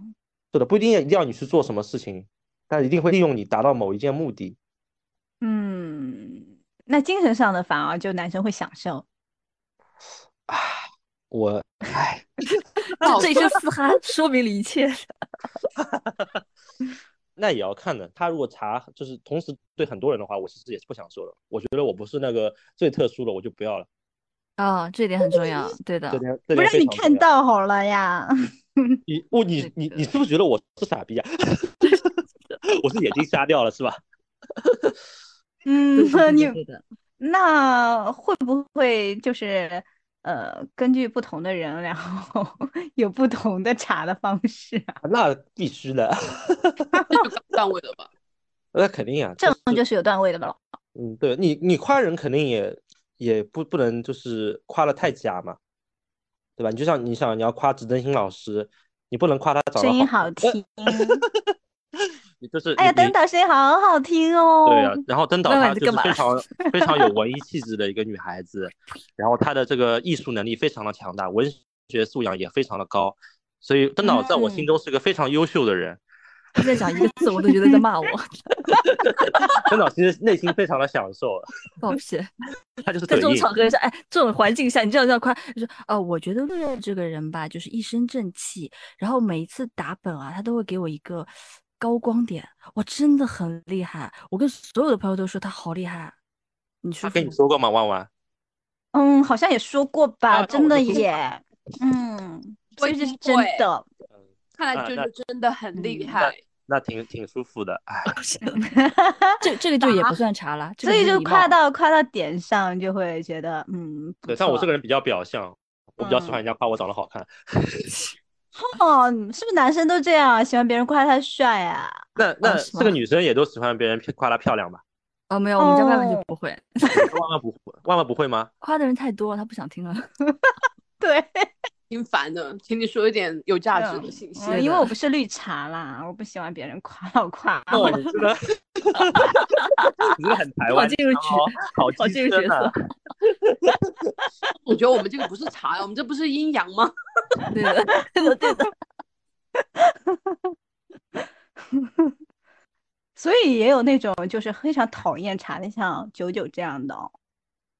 S2: 是的，不一定一定要你去做什么事情，但一定会利用你达到某一件目的。
S4: 嗯，那精神上的反而就男生会享受。
S2: 我唉，
S1: 好
S3: 这一声嘶哈说明了一切。
S2: 那也要看的。他如果查就是同时对很多人的话，我其实也是不享受的。我觉得我不是那个最特殊的，我就不要了。
S3: (laughs) 啊、这点很重要，对的
S2: 这。点这
S4: 啊不
S2: 点
S4: 让
S2: 非
S4: 你
S2: 常
S4: 看
S2: 重要
S4: 到好了呀，
S2: 你我你
S3: 这
S2: 你
S3: 个
S2: 你是不是觉得我是傻逼啊？ (laughs) 我是眼睛瞎掉了是吧？ (laughs)
S4: 嗯
S3: 对，的
S4: 你
S3: 对的对的，
S4: 那会不会就是呃，根据不同的人，然后 (laughs) 有不同的查的方式啊？
S2: 那必须的， (laughs)
S1: 这就高段位的吧？
S2: 那肯定啊。
S4: 这
S2: 就
S4: 种就是有段位的了。
S2: 嗯，对你你夸人肯定也也不不能就是夸的
S3: 嗯
S2: 太假嘛，对吧？你就像你想你要夸直登新老师，你不能夸他长得
S4: 声音
S2: 好
S4: 好
S2: (laughs)
S4: 听，
S2: 你就是
S4: 哎呀，
S2: 你
S4: 灯岛声音好好听哦。
S2: 对啊，然后登岛
S3: 那
S2: 她
S3: 你
S2: 就是
S3: 干嘛
S2: 非常非常有文艺气质的一个女孩子，然后她的这个艺术能力非常的强大，文学素养也非常的高，所以登岛在我
S3: 嗯
S2: 心中是个非常优秀的人。
S3: 他在讲一个字，我都觉得在骂我， (laughs)
S2: 登岛其实内心非常的享受，
S3: 抱歉。
S2: 她就是
S3: 在
S2: 嘴
S3: 这种
S2: 硬
S3: 场。合下，哎，这种环境下，你这样这样夸，就是啊、我觉得乐乐这个人吧，就是一身正气，然后每一次打本啊，他都会给我一个高光点，哇，真的很厉害。我跟所有的朋友都说他好厉害，啊你
S2: 她
S3: 说
S2: 跟你说过吗，万万？
S4: 嗯，好像也说过吧，
S1: 啊那
S4: 真
S1: 我
S4: 的
S1: 就不
S4: 耶。嗯，
S1: 我
S4: 所以
S1: 已
S4: 这是
S1: 经
S4: 真
S1: 过哎
S4: 的。
S1: 看
S2: 啊
S1: 来就
S2: 那
S1: 是真的很厉
S3: 嗯
S1: 害。
S2: 那挺挺舒服的，哎，
S3: (laughs)
S4: (laughs)
S3: 这这个就也不算差了，这
S4: 所
S3: 个
S4: 以
S3: 是
S4: 就
S3: 礼
S4: 夸
S3: 貌
S4: 到夸到点上，就会觉得嗯，不
S2: 对，像我这
S4: 错
S2: 个人比较表象，我
S3: 嗯
S2: 比较喜欢人家夸我长得好看。
S4: 哦，是不是男生都这样啊？喜欢别人夸他帅啊？ (laughs)
S2: 那那
S3: 哦是
S2: 这
S3: 吗
S2: 个女生也都喜欢别人夸她漂亮吧？
S3: 哦，没有，我们家万万就
S4: 哦
S3: 不会，
S2: 万万不会，万万不会
S3: (laughs)
S2: 吗？
S3: 夸的人太多了，他不想听了。 (laughs)
S4: 对，
S1: 挺烦的，请你说一点有价值的信息。
S4: 嗯因为我不是绿茶啦，我不喜欢别人夸我夸
S1: 哦
S3: 哦
S4: 我。
S2: 哇，你真
S3: (laughs)
S2: 的，你真的很台
S3: 好
S2: 湾
S3: 进入
S2: 腔哦
S3: 角，
S2: 好
S3: 好
S2: 机啊
S3: 进入
S2: 车
S3: 角
S2: 呢
S3: 色。
S1: 我觉得我们这个不是茶，我们这不是阴阳吗？
S3: 对的，对的，对的。
S4: 所以也有那种就是非常讨厌茶的，像九九这样的哦。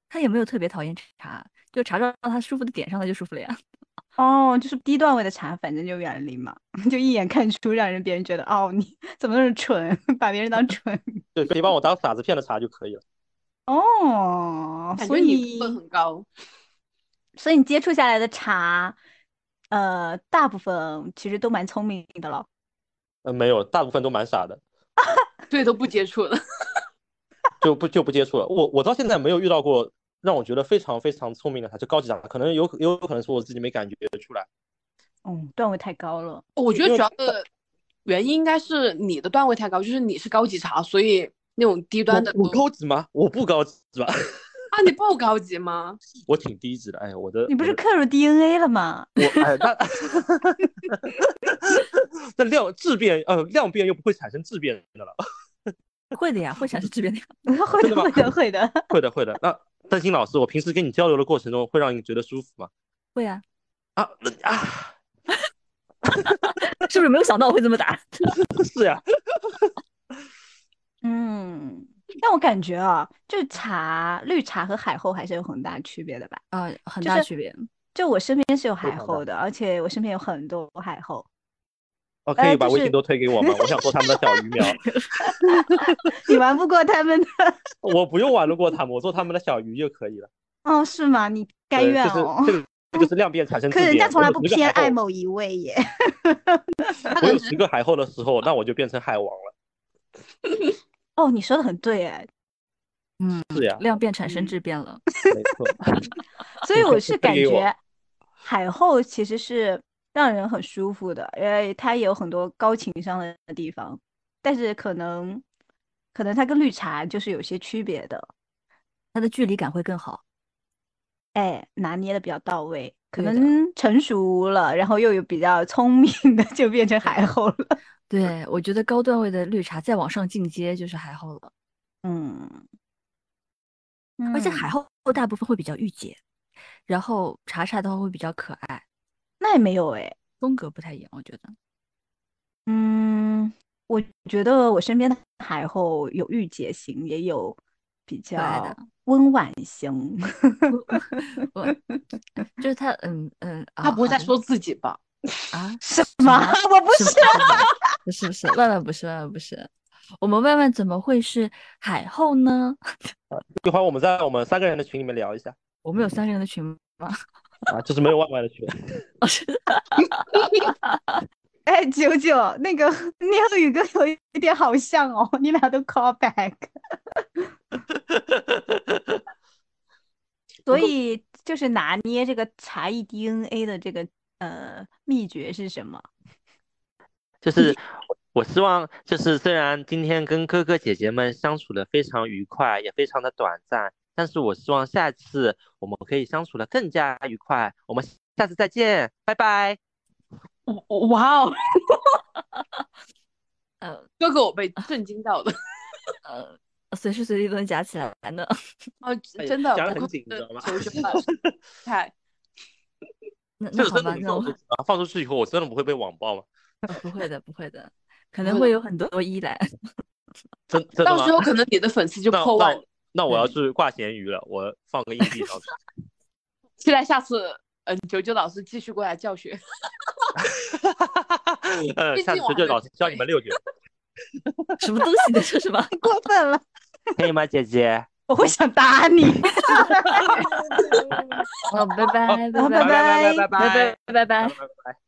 S3: 他也没有特别讨厌茶，就茶到他舒服的点上，他就舒服了呀。
S4: 哦，就是低段位的茶，反正就远离嘛， (laughs) 就一眼看出让人别人觉得哦，你怎么那么蠢， (laughs) 把别人当蠢。
S2: 对，别把我当傻子骗了茶就可以了。
S4: 哦，
S1: 感
S4: 所
S1: 觉
S4: 以
S1: 你分很高，
S4: 所以你接触下来的茶，呃，大部分其实都蛮聪明的了。
S2: 呃，没有，大部分都蛮傻的，
S1: 对，都不接触了。
S2: 就不就不接触了。我我到现在没有遇到过让我觉得非常非常聪明的茶，就高级茶，可能有有可能是我自己没感觉出来。
S4: 嗯，段位太高了。
S1: 我觉
S2: 因
S1: 得
S2: 为
S1: 主要的原因应该是你的段位太高，就是你是高级茶，所以那种低端的
S2: 我我
S1: 都
S2: 高级吗？我不高级吧， (laughs)
S1: 啊，你不高级吗？
S2: 我挺低级的。哎，我的
S4: 你不
S2: 我
S4: 是
S2: 的
S4: 刻入 DNA 了吗？ (laughs)
S2: 我哎，那那量质变呃量变又不会产生质变的了，
S3: 会的呀，会产生质变的呀。
S4: 会
S2: 真
S4: 的，
S2: 的吗
S4: 会的，会的。
S2: 会的会的。那邓鑫老师，我平时跟你交流的过程中，会让你觉得舒服吗？
S3: 会啊，
S2: 啊那啊， (laughs)
S3: 是不是没有想到我会这么答？
S2: 是呀、
S4: 嗯，但我感觉啊，就是茶、绿茶和海后还是有很大区别的吧。
S3: 啊、很
S4: 就
S3: 大
S4: 是
S3: 区别。
S4: 就我身边是有海
S2: 常
S4: 后的，而且我身边有很多海后。 (laughs)
S2: 哦，可
S4: 呃
S2: 以把
S4: 就
S2: 微
S4: 是
S2: 信都推给我吗？我想做他们的小鱼
S4: (laughs)
S2: 苗，
S4: 你玩不过他们的，
S2: 我不用玩得过他们，我做他们的小鱼就可以了。
S4: 哦，是吗？你甘
S2: 对
S4: 愿
S2: 就是
S4: 哦。
S2: 这个这个就是量变产生质
S4: (laughs) 可
S2: 变。
S4: 人家从来
S2: 我有
S4: 不
S2: 十个
S4: 偏
S2: 海后
S4: 爱某一位耶。 (laughs)
S1: 他可
S2: 我
S1: 能
S2: 有
S1: 只
S2: 十
S1: 是
S2: 个海后的时候，那我就变成海王了。
S4: 哦，你说的很对哎，
S3: 嗯，
S5: 是呀，
S3: 量变产生
S1: 嗯
S3: 质变了。
S5: 没错。
S2: (laughs)
S4: 所以我是感
S5: 给我
S4: 觉海后其实是让人很舒服的，因为它也有很多高情商的地方，但是可能可能它跟绿茶就是有些区别的，
S3: 它的距离感会更
S4: 嗯
S3: 好。
S4: 哎，拿捏的比较到位，可
S3: 对的
S4: 能成熟了，然后又有比较聪明的， (laughs) 就变成海后了。
S3: 对，我觉得高段位的绿茶再往上进阶就是海后了，
S4: 嗯，
S3: 而且海
S4: 嗯
S3: 后大部分会比较御姐，然后茶茶的话会比较可爱，
S4: 那也没有哎，
S3: 风格不太一样，我觉得。
S4: 嗯，我觉得我身边的海后有御姐型，也有比
S3: 可爱的
S4: 较温婉型。
S3: 我就是他，嗯嗯，
S1: 他
S3: 啊
S1: 不会在
S3: 好
S1: 说自己吧？
S3: 啊
S4: 什么？ (laughs) 我不
S3: 什
S4: 是啊
S3: 么，不是不是，万万不是，万万不是。我们万万怎么会是海后呢？
S5: 一会儿我们在我们三个人的群里面聊一下
S3: 我们有三个人的群吗？ (laughs)
S5: 啊，就是没有外卖的
S2: (laughs)
S5: 群。
S3: 哦，是
S4: 哎，九九，那个你和宇哥有一点好像哦，你俩都 call back，所以就是拿捏这个茶艺 DNA 的这个呃秘诀是什么？ (laughs)
S2: 就是我希望，就是虽然今天跟哥哥姐姐们相处的非常愉快，也非常的短暂，但是我希望下次我们可以相处的更加愉快。我们下次再见，拜拜。
S1: 我我哇哦，
S3: 呃
S1: 哥哥，我被震惊到了
S3: 呃，随时随地都能夹起来呢。
S1: 啊！
S5: 哎
S1: 真的
S5: 讲得
S1: 不
S5: 很
S1: 愧
S5: 紧你知
S1: 是
S5: 道吗
S1: 球球 (laughs) 老师，太
S3: 那
S2: 这
S3: 那
S2: 个
S3: 好
S2: 真的
S3: 吧，
S2: 你
S3: 那
S2: 放
S3: 我
S2: 出去啊放出去以后，我真的不会被网暴吗？
S3: 呃 (laughs) 不会的，不会的，
S1: 不
S3: 可能
S1: 会
S3: 会
S1: 的
S3: 有很多依赖。
S5: (laughs)
S3: (laughs)
S5: 真真的
S1: 到
S5: 吗
S1: 时？候可能你的粉丝就
S5: 那
S1: 破万
S5: 那，那我要
S3: 嗯
S5: 去挂咸鱼了，我放个硬币
S1: (laughs)
S5: 上去。
S1: 期待下次嗯九九老师继续过来教学。 (laughs)
S5: 呃，
S1: 毕
S5: 下次
S1: 竟我还没
S5: 就
S1: 有
S5: 老师教你们六句。
S3: 什么东西的？这 (laughs) 是吧？
S4: 过分了，
S2: 可以吗，姐姐？
S4: 我会想打你。
S3: 哦，拜拜，
S4: 好
S3: 拜
S4: 拜
S5: 拜拜拜
S3: 拜，(laughs)
S4: 拜
S5: 拜
S3: 拜拜，拜拜。
S5: 拜拜。